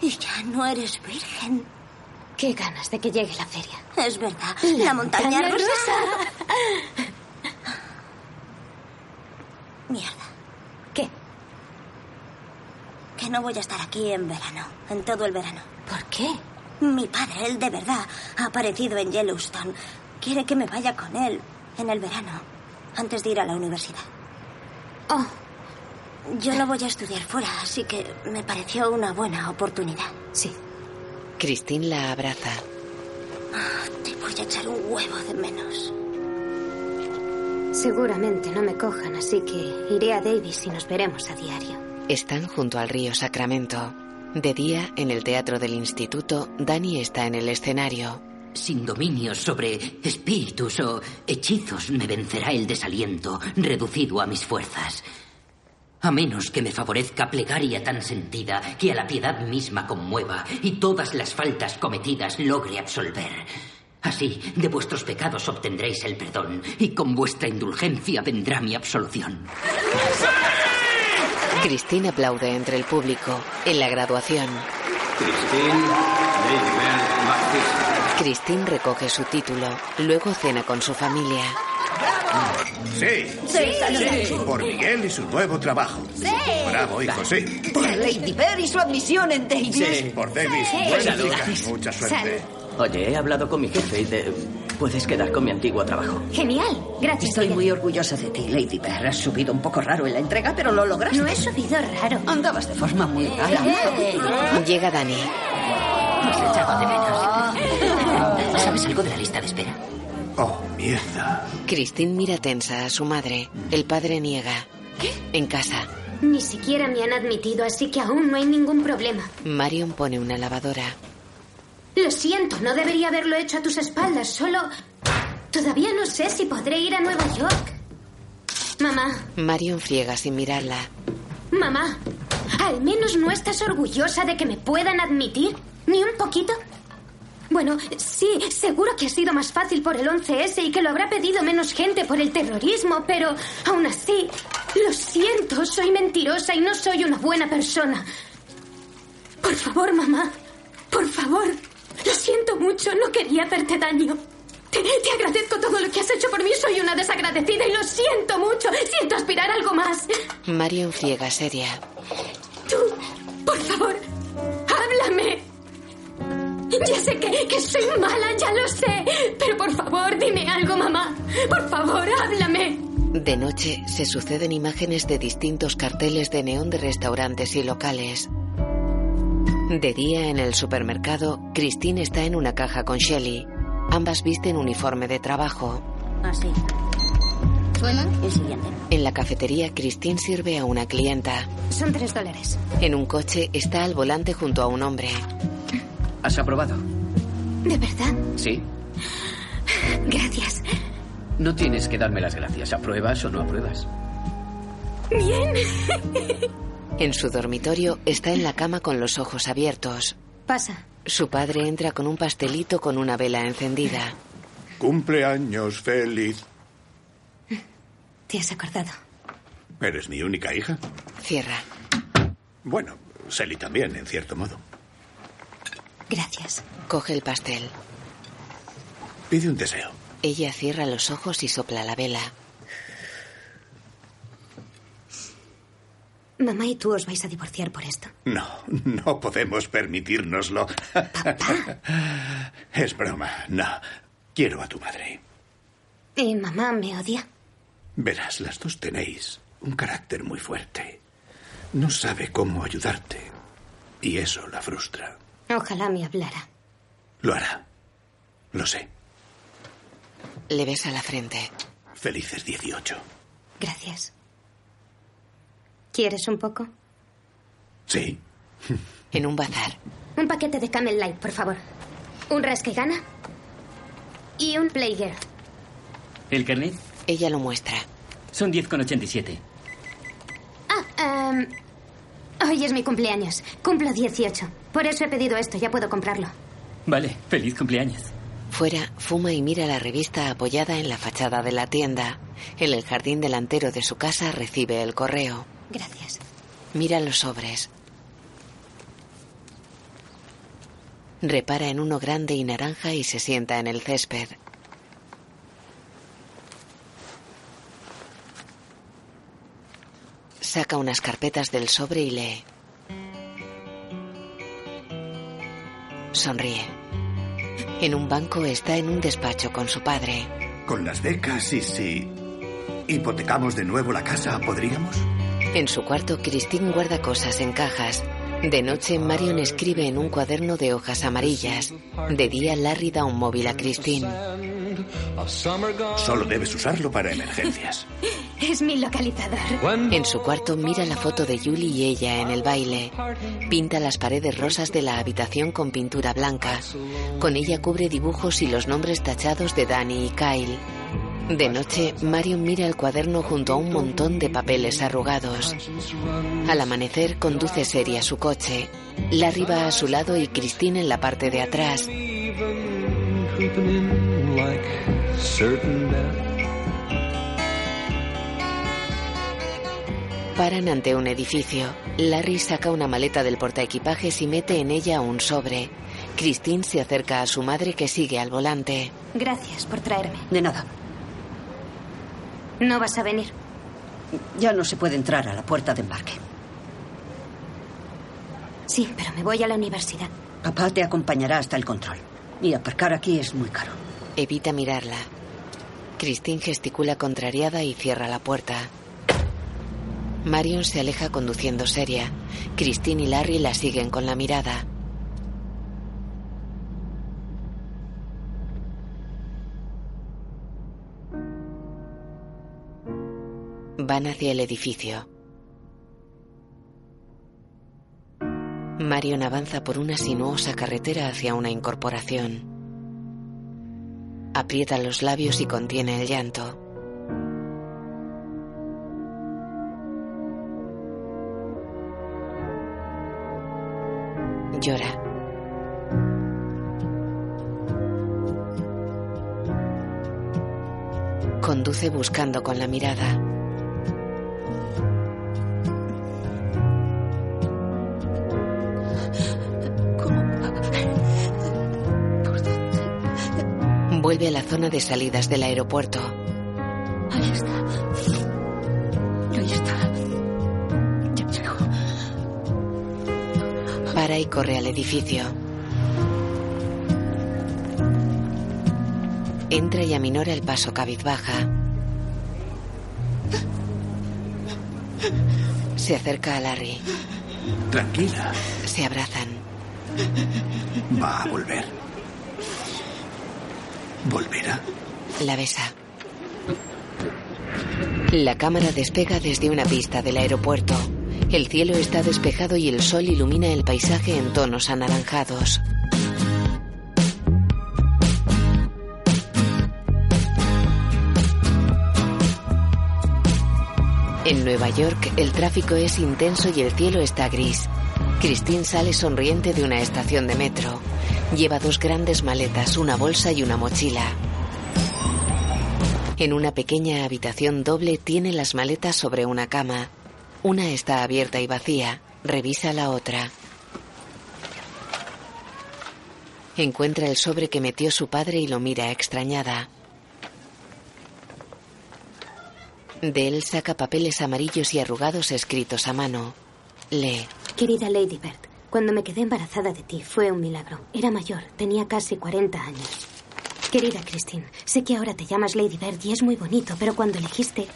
[SPEAKER 8] Y ya no eres virgen.
[SPEAKER 3] Qué ganas de que llegue la feria.
[SPEAKER 8] Es verdad. La, montaña,
[SPEAKER 3] montaña
[SPEAKER 8] rusa.
[SPEAKER 3] rusa.
[SPEAKER 8] (laughs) Mierda.
[SPEAKER 3] ¿Qué?
[SPEAKER 8] Que no voy a estar aquí en verano, en todo el verano.
[SPEAKER 3] ¿Por qué?
[SPEAKER 8] Mi padre, él de verdad, ha aparecido en Yellowstone. Quiere que me vaya con él en el verano, antes de ir a la universidad.
[SPEAKER 3] Oh.
[SPEAKER 8] Yo no voy a estudiar fuera, así que me pareció una buena oportunidad.
[SPEAKER 3] Sí.
[SPEAKER 2] Christine la abraza.
[SPEAKER 8] Ah, Te voy a echar un huevo de menos.
[SPEAKER 3] Seguramente no me cojan, así que iré a Davis y nos veremos a diario.
[SPEAKER 2] Están junto al río Sacramento. De día, en el teatro del instituto, Danny está en el escenario.
[SPEAKER 18] Sin dominio sobre espíritus o hechizos me vencerá el desaliento, reducido a mis fuerzas. A menos que me favorezca plegaria tan sentida que a la piedad misma conmueva y todas las faltas cometidas logre absolver. Así, de vuestros pecados obtendréis el perdón y con vuestra indulgencia vendrá mi absolución.
[SPEAKER 2] Christine aplaude entre el público. En la graduación,
[SPEAKER 6] Christine Lindbergh Baptiste.
[SPEAKER 2] Christine recoge su título. Luego cena con su familia.
[SPEAKER 13] Sí.
[SPEAKER 7] Sí, sí.
[SPEAKER 13] Por Miguel y su nuevo trabajo.
[SPEAKER 7] Sí.
[SPEAKER 13] Bravo, hijo, sí.
[SPEAKER 7] Por Lady Bird y su admisión en Davis.
[SPEAKER 13] Por Davis.
[SPEAKER 7] Sí.
[SPEAKER 13] Buenas
[SPEAKER 5] Salud.
[SPEAKER 13] chicas. Mucha suerte.
[SPEAKER 5] Oye, he hablado con mi jefe y te... puedes quedar con mi antiguo trabajo.
[SPEAKER 3] Genial. Gracias.
[SPEAKER 7] Estoy muy orgullosa de ti, Lady Bear. Has subido un poco raro en la entrega, Ah, pero lo lograste.
[SPEAKER 3] No Eh, he subido raro.
[SPEAKER 7] Andabas de forma muy rara.
[SPEAKER 3] eh.
[SPEAKER 2] Llega Dani.
[SPEAKER 18] Os echaba de menos. ¿Sabes algo de la lista de espera?
[SPEAKER 13] Oh, mierda.
[SPEAKER 2] Christine mira tensa a su madre. El padre niega. En casa,
[SPEAKER 3] Ni siquiera me han admitido, así que aún no hay ningún problema.
[SPEAKER 2] Marion pone una lavadora.
[SPEAKER 3] Lo siento, no debería haberlo hecho a tus espaldas, solo... Todavía no sé si podré ir a Nueva York. Mamá,
[SPEAKER 2] Marion friega sin mirarla.
[SPEAKER 3] mamá, ¿al menos no estás orgullosa de que me puedan admitir? ¿Ni un poquito? Bueno, sí, seguro que ha sido más fácil por el 11S y que lo habrá pedido menos gente por el terrorismo, pero aún así, lo siento, soy mentirosa y no soy una buena persona. Por favor, mamá, por favor, lo siento mucho, no quería hacerte daño. Te, te agradezco todo lo que has hecho por mí, soy una desagradecida y lo siento mucho, siento aspirar a algo más.
[SPEAKER 2] Marion friega seria.
[SPEAKER 3] Tú, por favor, háblame. Ya sé que, que soy mala, ya lo sé. Pero por favor, dime algo, mamá. Por favor, háblame.
[SPEAKER 2] De noche se suceden imágenes de distintos carteles de neón de restaurantes y locales. De día en el supermercado, Christine está en una caja con Shelly. Ambas visten uniforme de trabajo.
[SPEAKER 21] Así.
[SPEAKER 3] Ah, ¿Suena?
[SPEAKER 21] El siguiente.
[SPEAKER 2] En la cafetería, Christine sirve a una clienta.
[SPEAKER 3] Son tres dólares.
[SPEAKER 2] En un coche está al volante junto a un hombre.
[SPEAKER 5] ¿Has aprobado?
[SPEAKER 3] ¿De verdad?
[SPEAKER 5] Sí.
[SPEAKER 3] Gracias.
[SPEAKER 5] No tienes que darme las gracias. ¿Apruebas o no apruebas?
[SPEAKER 3] Bien.
[SPEAKER 2] En su dormitorio está en la cama con los ojos abiertos.
[SPEAKER 3] Pasa.
[SPEAKER 2] Su padre entra con un pastelito con una vela encendida.
[SPEAKER 13] Cumpleaños feliz.
[SPEAKER 3] Te has acordado.
[SPEAKER 13] ¿Eres mi única hija?
[SPEAKER 2] Cierra.
[SPEAKER 13] Bueno, Sally también, en cierto modo.
[SPEAKER 3] Gracias.
[SPEAKER 2] Coge el pastel.
[SPEAKER 13] Pide un deseo.
[SPEAKER 2] Ella cierra los ojos y sopla la vela.
[SPEAKER 3] Mamá y tú os vais a divorciar por esto.
[SPEAKER 13] No, no podemos (laughs) permitírnoslo. Es broma, no. Quiero a tu madre.
[SPEAKER 3] Y mamá me odia.
[SPEAKER 13] Verás, las dos tenéis un carácter muy fuerte. No sabe cómo ayudarte. Y eso la frustra.
[SPEAKER 3] Ojalá me hablara.
[SPEAKER 13] Lo hará. Lo sé.
[SPEAKER 2] Le besa la frente.
[SPEAKER 13] Felices 18.
[SPEAKER 3] Gracias.
[SPEAKER 12] ¿Quieres un poco?
[SPEAKER 13] Sí.
[SPEAKER 2] En un bazar.
[SPEAKER 3] Un paquete de Camel Light, por favor. Un rasquegana. Y un Playgirl.
[SPEAKER 11] ¿El carnet?
[SPEAKER 2] Ella lo muestra.
[SPEAKER 11] Son 10,87.
[SPEAKER 3] Ah, em, hoy es mi cumpleaños. Cumplo 18. Por eso he pedido esto, ya puedo comprarlo.
[SPEAKER 11] Vale, feliz cumpleaños.
[SPEAKER 2] Fuera, fuma y mira la revista apoyada en la fachada de la tienda. En el jardín delantero de su casa recibe el correo.
[SPEAKER 12] Gracias.
[SPEAKER 2] Mira los sobres. Repara en uno grande y naranja y se sienta en el césped. Saca unas carpetas del sobre y lee. Sonríe. En un banco está en un despacho con su padre.
[SPEAKER 13] Con las becas y si hipotecamos de nuevo la casa, ¿podríamos?
[SPEAKER 2] En su cuarto, Christine guarda cosas en cajas. De noche, Marion escribe en un cuaderno de hojas amarillas. De día, Larry da un móvil a Christine.
[SPEAKER 13] Solo debes usarlo para emergencias.
[SPEAKER 3] Es mi localizador.
[SPEAKER 2] En su cuarto mira la foto de Julie y ella en el baile. Pinta las paredes rosas de la habitación con pintura blanca. Con ella cubre dibujos y los nombres tachados de Danny y Kyle. De noche, Marion mira el cuaderno junto a un montón de papeles arrugados. Al amanecer, conduce seria su coche. Larry va a su lado y Christine en la parte de atrás.
[SPEAKER 22] creeping in like certain death.
[SPEAKER 2] Paran ante un edificio. Larry saca una maleta del portaequipajes y mete en ella un sobre. Christine se acerca a su madre que sigue al volante.
[SPEAKER 12] Gracias por traerme.
[SPEAKER 4] De nada.
[SPEAKER 12] No vas a venir.
[SPEAKER 4] Ya no se puede entrar a la puerta de embarque.
[SPEAKER 12] Sí, pero me voy a la universidad.
[SPEAKER 4] Papá te acompañará hasta el control. Y aparcar aquí es muy caro.
[SPEAKER 2] Evita mirarla. Christine gesticula contrariada y cierra la puerta. Marion se aleja conduciendo seria. Christine y Larry la siguen con la mirada. Van hacia el edificio. Marion avanza por una sinuosa carretera hacia una incorporación. Aprieta los labios y contiene el llanto. Llora. Conduce buscando con la mirada. Vuelve a la zona de salidas del aeropuerto.
[SPEAKER 22] Ahí está. Ahí está. Ya llegó.
[SPEAKER 2] Para y corre al edificio. Entra y aminora el paso cabizbaja. Se acerca a Larry.
[SPEAKER 13] Tranquila,
[SPEAKER 2] Se abrazan.
[SPEAKER 13] va a volver. ¿Volverá?
[SPEAKER 2] La besa. La cámara despega desde una pista del aeropuerto. El cielo está despejado y el sol ilumina el paisaje en tonos anaranjados. En Nueva York el tráfico es intenso y el cielo está gris. Christine sale sonriente de una estación de metro. Lleva dos grandes maletas, una bolsa y una mochila. En una pequeña habitación doble tiene las maletas sobre una cama. Una está abierta y vacía. Revisa la otra. Encuentra el sobre que metió su padre y lo mira extrañada. De él saca papeles amarillos y arrugados escritos a mano. Lee.
[SPEAKER 12] Querida Lady Bird, cuando me quedé embarazada de ti fue un milagro. Era mayor, tenía casi 40 años. Querida Christine, sé que ahora te llamas Lady Bird y es muy bonito, pero cuando elegiste...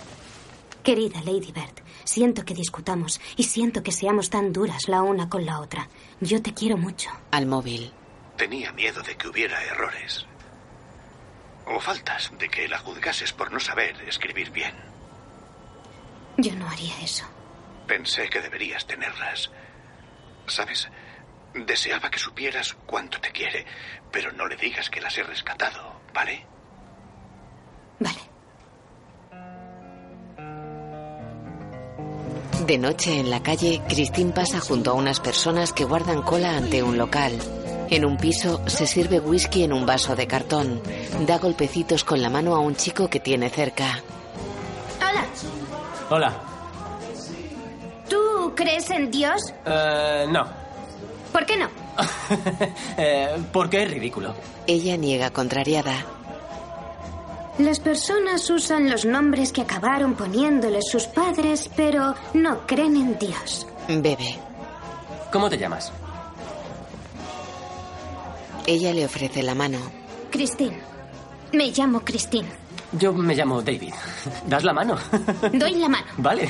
[SPEAKER 12] Querida Lady Bird, siento que discutamos y siento que seamos tan duras la una con la otra. Yo te quiero mucho.
[SPEAKER 2] Al móvil.
[SPEAKER 13] Tenía miedo de que hubiera errores. O faltas de que la juzgases por no saber escribir bien.
[SPEAKER 12] Yo no haría eso.
[SPEAKER 13] pensé que deberías tenerlas. ¿Sabes? Deseaba que supieras cuánto te quiere, pero no le digas que las he rescatado, ¿vale?
[SPEAKER 2] De noche en la calle, Christine pasa junto a unas personas que guardan cola ante un local. En un piso se sirve whisky en un vaso de cartón. Da golpecitos con la mano a un chico que tiene cerca.
[SPEAKER 3] Hola,
[SPEAKER 9] Hola.
[SPEAKER 3] ¿tú crees en Dios?
[SPEAKER 9] Eh, no.
[SPEAKER 3] ¿Por qué no?
[SPEAKER 9] Eh, porque es ridículo.
[SPEAKER 2] Ella niega contrariada.
[SPEAKER 3] Las personas usan los nombres que acabaron poniéndoles sus padres, pero no creen en Dios.
[SPEAKER 2] Bebe.
[SPEAKER 9] ¿Cómo te llamas?
[SPEAKER 2] Ella le ofrece la mano.
[SPEAKER 3] Christine. Me llamo Christine.
[SPEAKER 9] Yo me llamo Oh, David. ¿Das la mano? (laughs)
[SPEAKER 3] Doy la mano.
[SPEAKER 9] Vale.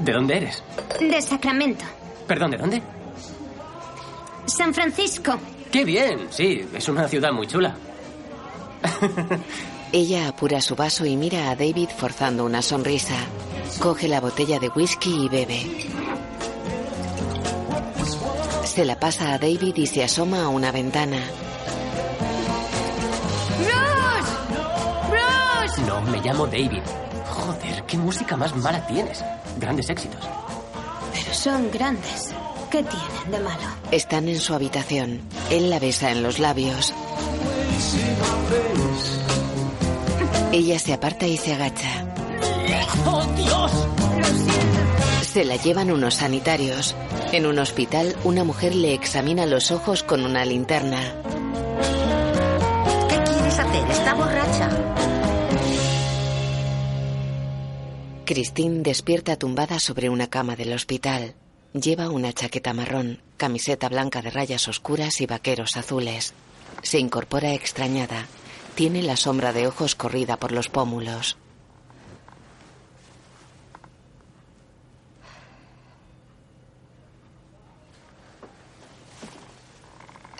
[SPEAKER 9] ¿De dónde eres?
[SPEAKER 3] De Sacramento.
[SPEAKER 9] Perdón, ¿de dónde?
[SPEAKER 3] San Francisco.
[SPEAKER 9] ¡Qué bien! Sí, es una ciudad muy chula.
[SPEAKER 2] Ella apura su vaso y mira a David forzando una sonrisa. Coge la botella de whisky y bebe. Se la pasa a David y se asoma a una ventana.
[SPEAKER 3] ¡Bruce! ¡Bruce!
[SPEAKER 9] No, me llamo David. Joder, qué música más mala tienes. Grandes éxitos.
[SPEAKER 3] Pero son grandes. ¿Qué tienen de malo?
[SPEAKER 2] Están en su habitación. Él la besa en los labios. Ella se aparta y se agacha.
[SPEAKER 22] ¡Oh, Dios!
[SPEAKER 2] Se la llevan unos sanitarios. En un hospital, una mujer le examina los ojos con una linterna.
[SPEAKER 7] ¿Qué quieres hacer? Está borracha.
[SPEAKER 2] Christine despierta tumbada sobre una cama del hospital. Lleva una chaqueta marrón, camiseta blanca de rayas oscuras y vaqueros azules. Se incorpora extrañada. Tiene la sombra de ojos corrida por los pómulos.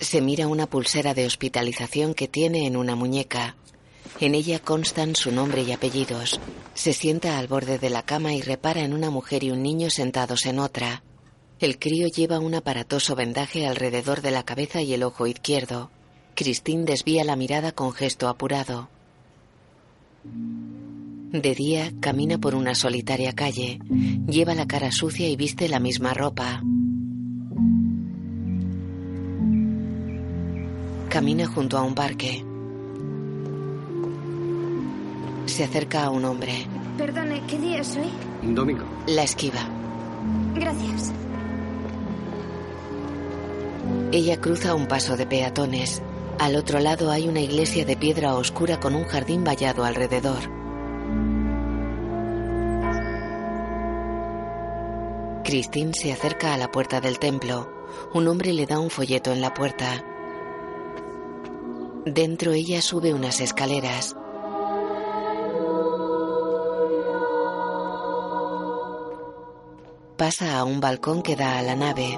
[SPEAKER 2] Se mira una pulsera de hospitalización que tiene en una muñeca. En ella constan su nombre y apellidos. Se sienta al borde de la cama y repara en una mujer y un niño sentados en otra. El crío lleva un aparatoso vendaje alrededor de la cabeza y el ojo izquierdo. Christine desvía la mirada con gesto apurado. De día camina por una solitaria calle. Lleva la cara sucia y viste la misma ropa. Camina junto a un parque. Se acerca a un hombre.
[SPEAKER 3] Perdone, ¿qué día es hoy?
[SPEAKER 2] Domingo. La esquiva.
[SPEAKER 3] Gracias.
[SPEAKER 2] Ella cruza un paso de peatones. Al otro lado hay una iglesia de piedra oscura con un jardín vallado alrededor. Christine se acerca a la puerta del templo. Un hombre le da un folleto en la puerta. Dentro ella sube unas escaleras. Pasa a un balcón que da a la nave.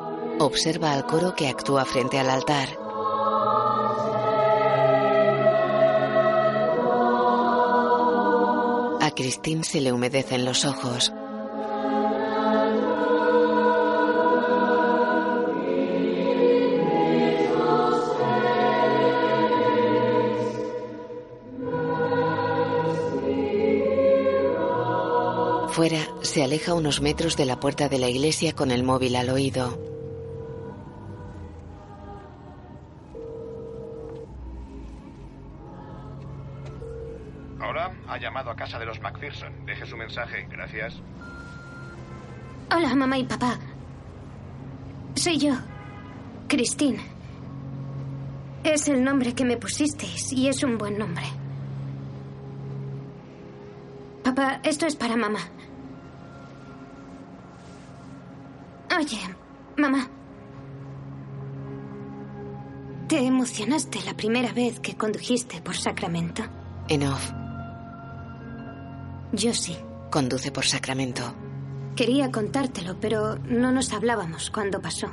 [SPEAKER 2] Observa al coro que actúa frente al altar. A Christine se le humedecen los ojos. Fuera, se aleja unos metros de la puerta de la iglesia con el móvil al oído.
[SPEAKER 13] Hola, ha llamado a casa de los McPherson. Deje su mensaje, gracias.
[SPEAKER 3] Hola, mamá y papá. Soy yo, Christine. Es el nombre que me pusisteis y es un buen nombre. Papá, esto es para mamá. Oye, mamá. ¿Te emocionaste la primera vez que condujiste por Sacramento?
[SPEAKER 2] En off,
[SPEAKER 3] Yo sí.
[SPEAKER 2] conduce por Sacramento.
[SPEAKER 3] Quería contártelo, pero no nos hablábamos cuando pasó.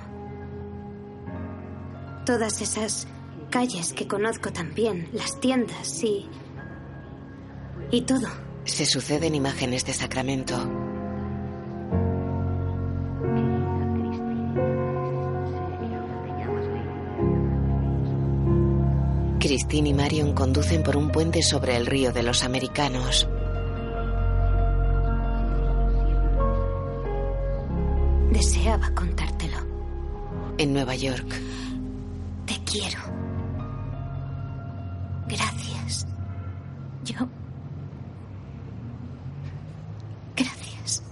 [SPEAKER 3] Todas esas calles que conozco también, las tiendas y... y todo.
[SPEAKER 2] Se suceden imágenes de Sacramento. Christine y Marion conducen por un puente sobre el río de los americanos.
[SPEAKER 12] Deseaba contártelo.
[SPEAKER 2] En Nueva York,
[SPEAKER 12] Te quiero. Gracias. Yo. Gracias.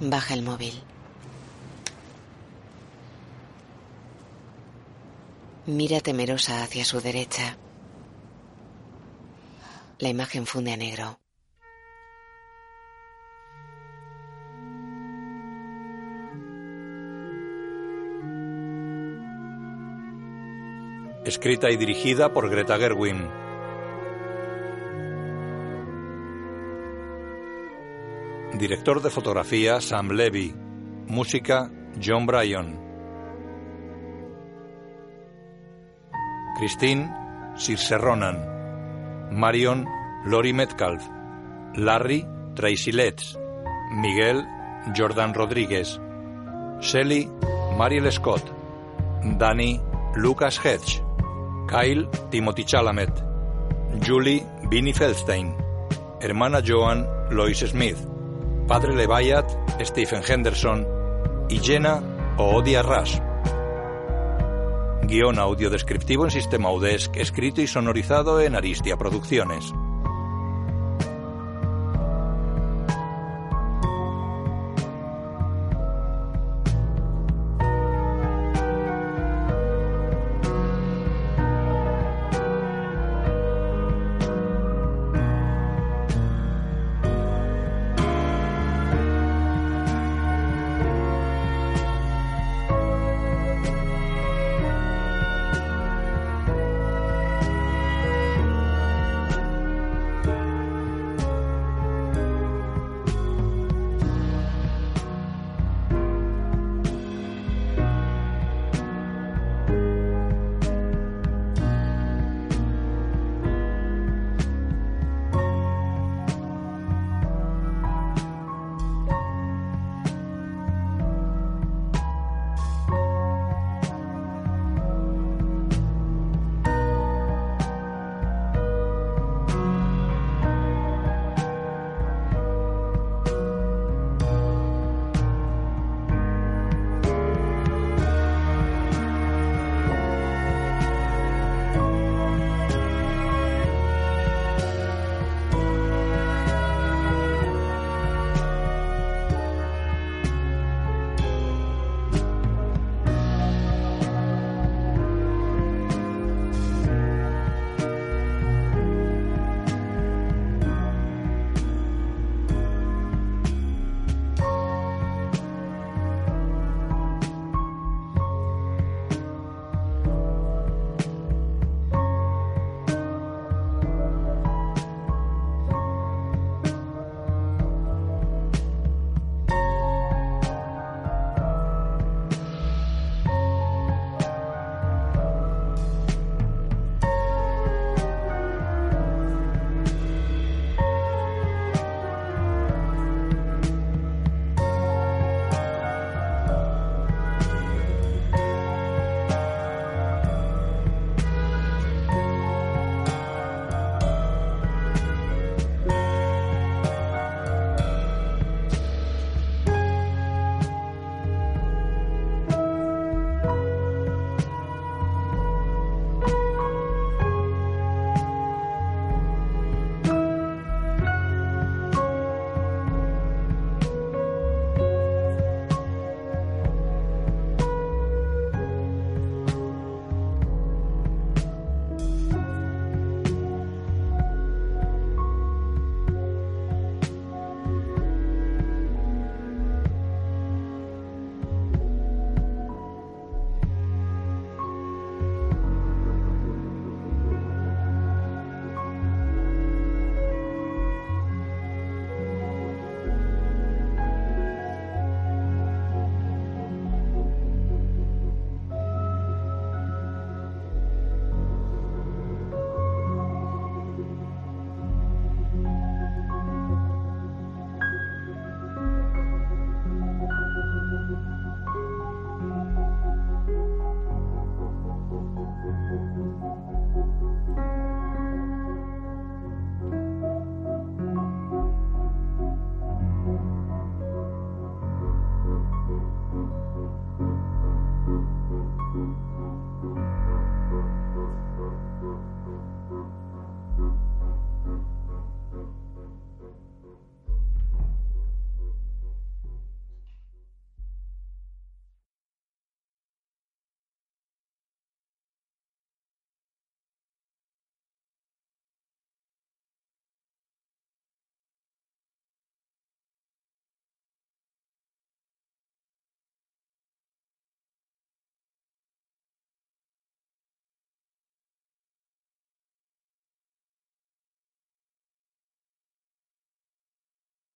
[SPEAKER 2] baja el móvil. Mira temerosa hacia su derecha. La imagen funde a negro.
[SPEAKER 1] Escrita y dirigida por Greta Gerwin. Director de fotografía Sam Levy. Música John Bryan. Christine Circe Ronan. Marion Lori Metcalf. Larry Tracy Letts. Miguel Jordan Rodríguez. Shelley Mariel Scott. Danny Lucas Hedge. Kyle Timothy Chalamet. Julie Vinnie Feldstein. Hermana Joan Lois Smith. Padre Leviat Stephen Henderson. Y Jenna Oodia Ras. Guión audio descriptivo en sistema UDESC, escrito y sonorizado en Aristia Producciones.